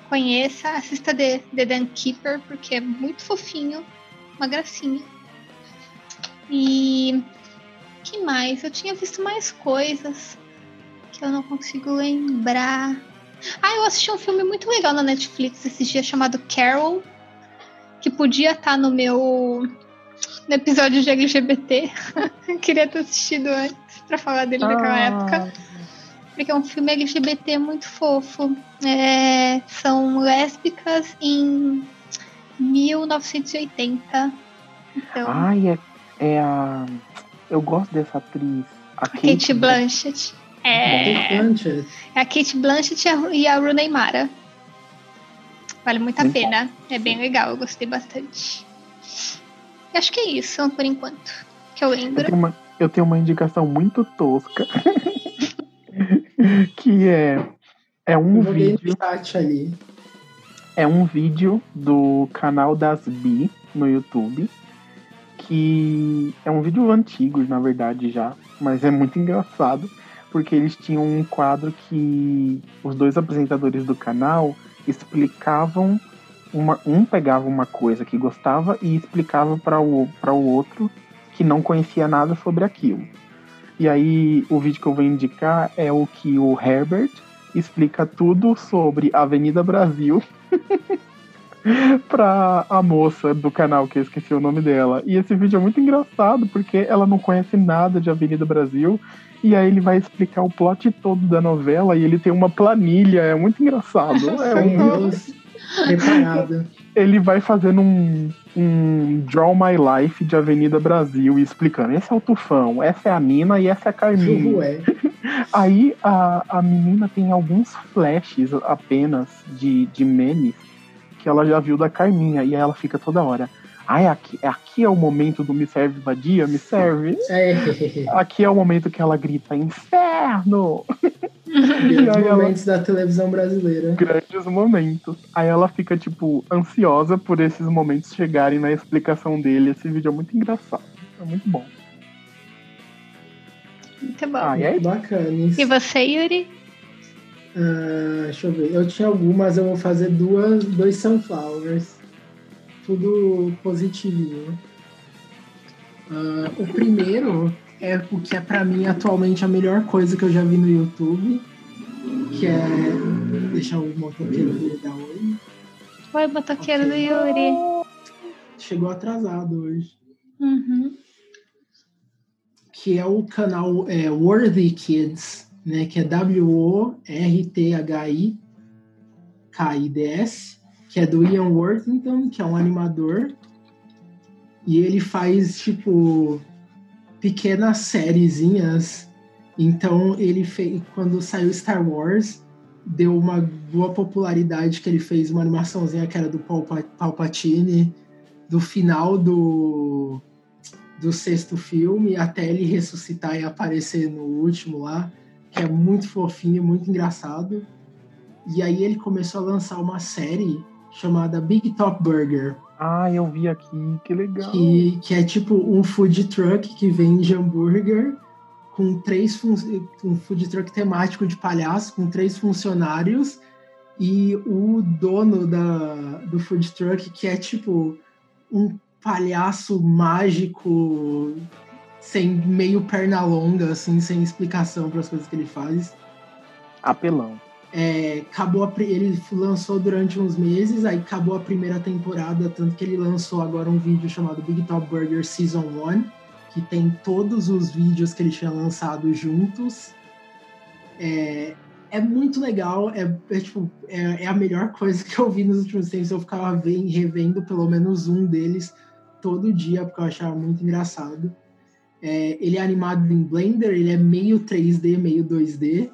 Speaker 2: conheça, assista The, The Dan Keeper, porque é muito fofinho, uma gracinha. E que mais? Eu tinha visto mais coisas que eu não consigo lembrar. Ah, eu assisti um filme muito legal na Netflix esses dias chamado Carol, que podia estar no meu no episódio de LGBT. Queria ter assistido antes pra falar dele
Speaker 3: Ah.
Speaker 2: naquela época porque é um filme LGBT muito fofo. É, são lésbicas em 1980. Então,
Speaker 3: Ai, é, é a. Eu gosto dessa atriz. A
Speaker 2: a
Speaker 3: Kate,
Speaker 2: Kate, Blanchett. É,
Speaker 1: Importante.
Speaker 2: é a Kate Blanchett e a, Ru- e a Rooney Mara. Vale muito a
Speaker 3: Muito
Speaker 2: pena. É bem legal, eu gostei bastante. E acho que é isso, por enquanto, que eu
Speaker 3: Eu
Speaker 2: lembro.
Speaker 3: tenho, uma, eu tenho uma indicação muito tosca. que é. É um
Speaker 1: Eu joguei
Speaker 3: vídeo.
Speaker 1: no chat ali.
Speaker 3: É um vídeo do canal das Bi no YouTube. Que é um vídeo antigo, na verdade, já. Mas é muito engraçado. Porque eles tinham um quadro que os dois apresentadores do canal explicavam. uma- um pegava uma coisa que gostava e explicava para o, pra o outro que não conhecia nada sobre aquilo. E aí, o vídeo que eu vou indicar é o que o Herbert explica tudo sobre Avenida Brasil pra a moça do canal, que eu esqueci o nome dela. E esse vídeo é muito engraçado, porque ela não conhece nada de Avenida Brasil. E aí ele vai explicar o plot todo da novela e ele tem uma planilha, é muito engraçado. É
Speaker 1: Meu
Speaker 3: um
Speaker 1: Deus, preparado.
Speaker 3: ele vai fazendo um, um Draw My Life de Avenida Brasil e explicando: esse é o Tufão, essa é a Nina e essa é a Carminha.
Speaker 1: Ué.
Speaker 3: Aí a, a menina tem alguns flashes apenas de, de memes que ela já viu da Carminha e aí ela fica toda hora. Ai, aqui, aqui é o momento do me serve vadia, me serve.
Speaker 1: É.
Speaker 3: Aqui é o momento que ela grita inferno.
Speaker 1: Grandes
Speaker 3: aí ela-
Speaker 1: momentos da televisão brasileira.
Speaker 3: grandes momentos. Aí ela fica, tipo, ansiosa por esses momentos chegarem na explicação dele. Esse vídeo é muito engraçado. É muito bom.
Speaker 2: Muito bom.
Speaker 3: Ah, e aí?
Speaker 1: Muito bacanas.
Speaker 2: E você, Yuri?
Speaker 1: Ah, deixa eu ver. Eu tinha algumas, eu vou fazer duas, dois sunflowers. Tudo positivinho. Ah, o primeiro é o que é pra mim atualmente a melhor coisa que eu já vi no YouTube. Que é. Deixa eu montar aqui ele dar oi.
Speaker 2: Oi, motoqueiro
Speaker 1: Ok.
Speaker 2: do Yuri.
Speaker 1: Chegou atrasado hoje.
Speaker 2: Uhum.
Speaker 1: que é o canal é, Worthy Kids, né? Que é W-O-R-T-H-I K-I-D-S, que é do Ian Worthington, que é um animador. E ele faz, tipo, pequenas sériezinhas. Então, ele fez, quando saiu Star Wars, deu uma boa popularidade que ele fez uma animaçãozinha que era do Palpa- Palpatine, do final do do sexto filme até ele ressuscitar e aparecer no último lá, que é muito fofinho, muito engraçado. E aí ele começou a lançar uma série chamada Big Top Burger,
Speaker 3: Ah, eu vi aqui. Que legal.
Speaker 1: que, que é tipo um food truck que vende hambúrguer com três fun- um food truck temático de palhaço com três funcionários e o dono da, do food truck que é tipo um palhaço mágico sem meio perna longa assim sem explicação para as coisas que ele faz
Speaker 3: Apelão.
Speaker 1: é, acabou a pri- ele lançou durante uns meses, aí acabou a primeira temporada, tanto que ele lançou agora um vídeo chamado Big Top Burger Season 1, que tem todos os vídeos que ele tinha lançado juntos. É, é muito legal, é, é, tipo, é, é a melhor coisa que eu vi nos últimos tempos. Eu ficava ven- revendo pelo menos um deles todo dia, porque eu achava muito engraçado. É, ele é animado em Blender, ele é meio 3D, meio 2D.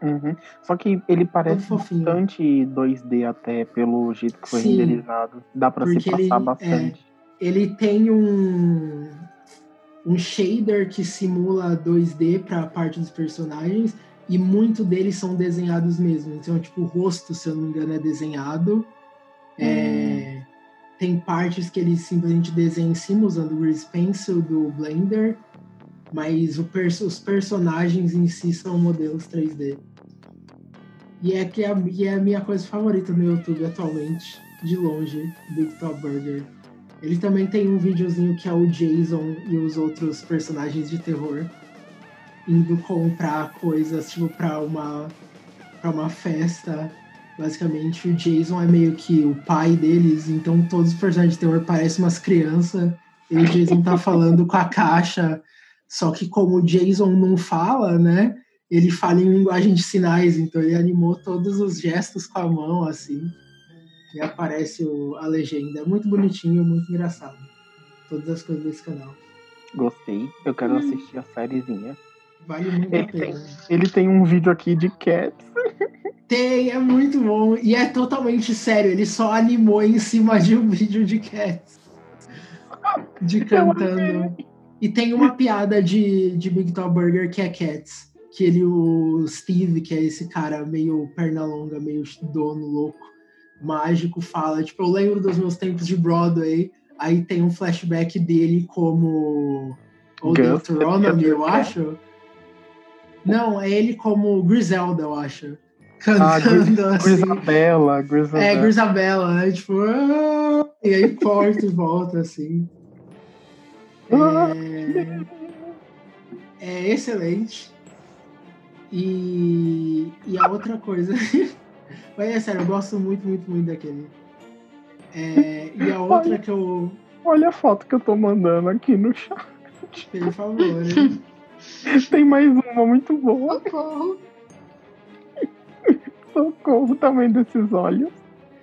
Speaker 3: Uhum. Só que ele parece
Speaker 1: Todo fofinho.
Speaker 3: bastante 2D até, pelo jeito que foi
Speaker 1: Sim.
Speaker 3: renderizado. Dá pra se
Speaker 1: Porque
Speaker 3: passar
Speaker 1: ele- é.
Speaker 3: bastante.
Speaker 1: Ele tem um, um shader que simula 2D para parte dos personagens e muito deles são desenhados mesmo. Então, tipo, o rosto, se eu não me engano, é desenhado. É, tem partes que ele simplesmente desenha em cima usando o Grease Pencil do Blender, mas o pers- os personagens em si são modelos 3D. E é, que é, a- e é a minha coisa favorita no YouTube atualmente, de longe, do Top Burger. Ele também tem um videozinho que é o Jason e os outros personagens de terror indo comprar coisas, tipo, pra uma, pra uma festa. Basicamente, o Jason é meio que o pai deles, então todos os personagens de terror parecem umas crianças. E o Jason tá falando com a caixa, só que como o Jason não fala, né? Ele fala em linguagem de sinais, então ele animou todos os gestos com a mão, assim. E aparece o- a legenda. É muito bonitinho, muito engraçado. Todas as coisas desse canal.
Speaker 3: Gostei. Eu quero
Speaker 2: Hum.
Speaker 3: assistir a sériezinha.
Speaker 1: Vale muito a
Speaker 3: Ele tem-
Speaker 1: pena.
Speaker 3: Ele tem um vídeo aqui de Cats.
Speaker 1: Tem, é muito bom. E é totalmente sério. Ele só animou em cima de um vídeo de Cats. De cantando. E tem uma piada de, de Big Top Burger que é Cats. Que ele, o Steve, que é esse cara meio perna longa, meio dono louco, mágico, fala, tipo, eu lembro dos meus tempos de Broadway. Aí tem um flashback dele como... Ou
Speaker 3: Gus,
Speaker 1: Deuteronomy, eu
Speaker 3: Cat.
Speaker 1: acho. Não, é ele como Griselda, eu acho.
Speaker 3: Ah,
Speaker 1: Cantando assim.
Speaker 3: Grisabella, Grisabella.
Speaker 1: É, Grisabella, né? Tipo, "Ah", e aí corta e volta, assim.
Speaker 3: Ah,
Speaker 1: É, é excelente. E, e a outra coisa. Mas é sério, eu gosto muito, muito, muito daquele. É, e a outra que eu.
Speaker 3: Olha a foto que eu tô mandando aqui no chat.
Speaker 1: Por favor, né?
Speaker 3: Tem mais uma muito boa.
Speaker 2: Socorro.
Speaker 3: Socorro o tamanho desses olhos.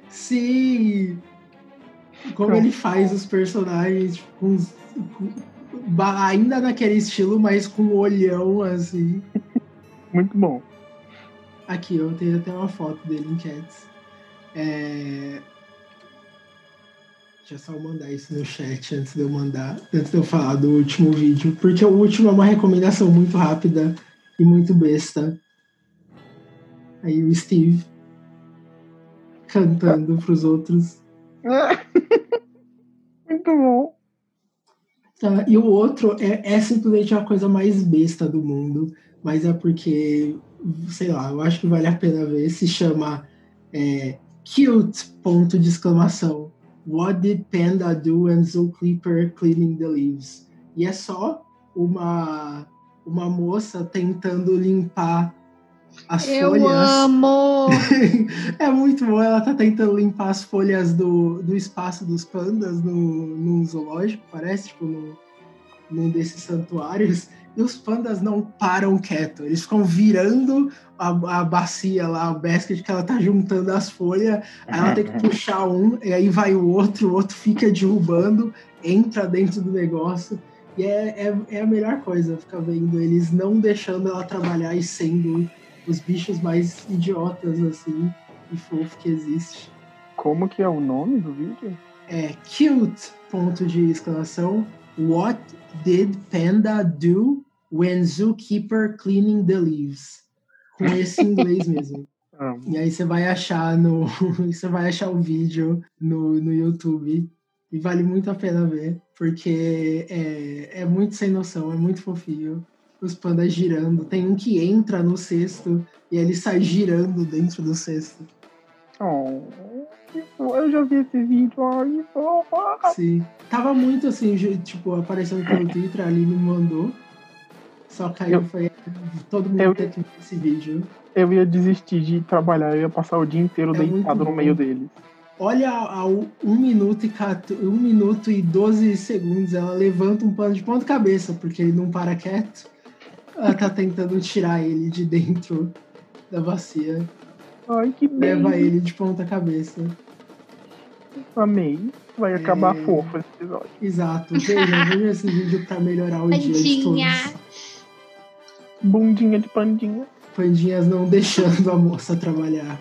Speaker 1: Sim! Como
Speaker 3: Pronto.
Speaker 1: ele faz os personagens tipo, com, os- com- ba- ainda naquele estilo, mas com um olhão assim.
Speaker 3: Muito bom.
Speaker 1: Aqui, eu tenho até uma foto dele em Cats. É... Deixa eu só mandar isso no chat antes de eu mandar, antes de eu falar do último vídeo, porque o último é uma recomendação muito rápida e muito besta. Aí o Steve cantando pros outros.
Speaker 3: Muito bom.
Speaker 1: Tá, e o outro é, é simplesmente a coisa mais besta do mundo, mas é porque, sei lá, eu acho que vale a pena ver. Se chama é, Cute, ponto de exclamação. What did Panda do and Zookeeper cleaning the leaves? E é só uma, uma moça tentando limpar as
Speaker 2: Eu
Speaker 1: folhas.
Speaker 2: amo.
Speaker 1: É muito bom, ela tá tentando limpar as folhas do, do espaço dos pandas no, num zoológico, parece, tipo, no, num desses santuários. E os pandas não param quieto, eles ficam virando a, a bacia lá, o basket que ela tá juntando as folhas. Aí ela tem que puxar um, e aí vai o outro, o outro fica derrubando, entra dentro do negócio. E é, é, é a melhor coisa ficar vendo eles não deixando ela trabalhar e sendo um os bichos mais idiotas, assim, e fofo que existe.
Speaker 3: Como que é o nome do vídeo?
Speaker 1: É cute, ponto de exclamação. What did panda do when zookeeper cleaning the leaves? Com esse inglês mesmo.
Speaker 3: Ah,
Speaker 1: E aí você vai achar no. você vai achar o vídeo no, no YouTube. E vale muito a pena ver, porque é, é muito sem noção, é muito fofinho. Os pandas girando. Tem um que entra no cesto e ele sai girando dentro do cesto.
Speaker 3: oh, que fo- eu já vi esse vídeo. Ai, que fofa.
Speaker 1: Sim. Tava muito assim, ju- tipo, aparecendo pelo Twitter, a Aline mandou. Só que aí eu
Speaker 3: Eu-
Speaker 1: falei, todo mundo
Speaker 3: eu-
Speaker 1: tem que ver esse vídeo.
Speaker 3: Eu ia desistir de trabalhar, eu ia passar o dia inteiro
Speaker 1: É muito
Speaker 3: deitado no
Speaker 1: bom.
Speaker 3: meio deles.
Speaker 1: Olha a 1 minuto, e 14 um minuto e 12 segundos, ela levanta um pano de ponta cabeça, porque ele não para quieto. Ela tá tentando tirar ele de dentro da bacia.
Speaker 3: Ai, que
Speaker 1: É, Leva
Speaker 3: bem.
Speaker 1: ele de ponta cabeça.
Speaker 3: Amei. Vai acabar
Speaker 1: É.
Speaker 3: fofo esse episódio.
Speaker 1: Exato. Vejam, vejam esse vídeo pra melhorar o dia de
Speaker 2: Tadinha.
Speaker 1: todos.
Speaker 3: Bundinha de pandinha.
Speaker 1: Pandinhas não deixando a moça trabalhar.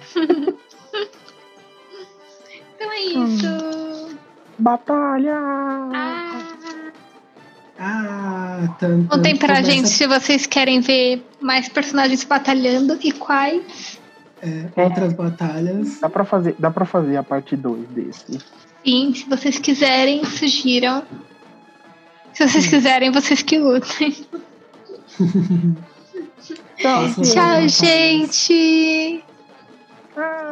Speaker 2: Então é isso.
Speaker 3: Batalha!
Speaker 2: Ah.
Speaker 1: Ah, tanto.
Speaker 2: Contem pra
Speaker 1: começa-
Speaker 2: gente se vocês querem ver mais personagens batalhando e quais.
Speaker 1: é, outras batalhas.
Speaker 3: Dá pra fazer, dá pra fazer a parte 2 desse.
Speaker 2: Sim, se vocês quiserem, sugiram. Se vocês quiserem, vocês que lutem.
Speaker 1: Façam outras
Speaker 3: Tá,
Speaker 2: Tchau,
Speaker 1: batalhas.
Speaker 2: gente!
Speaker 1: E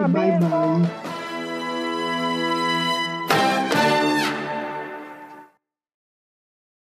Speaker 1: bye bye.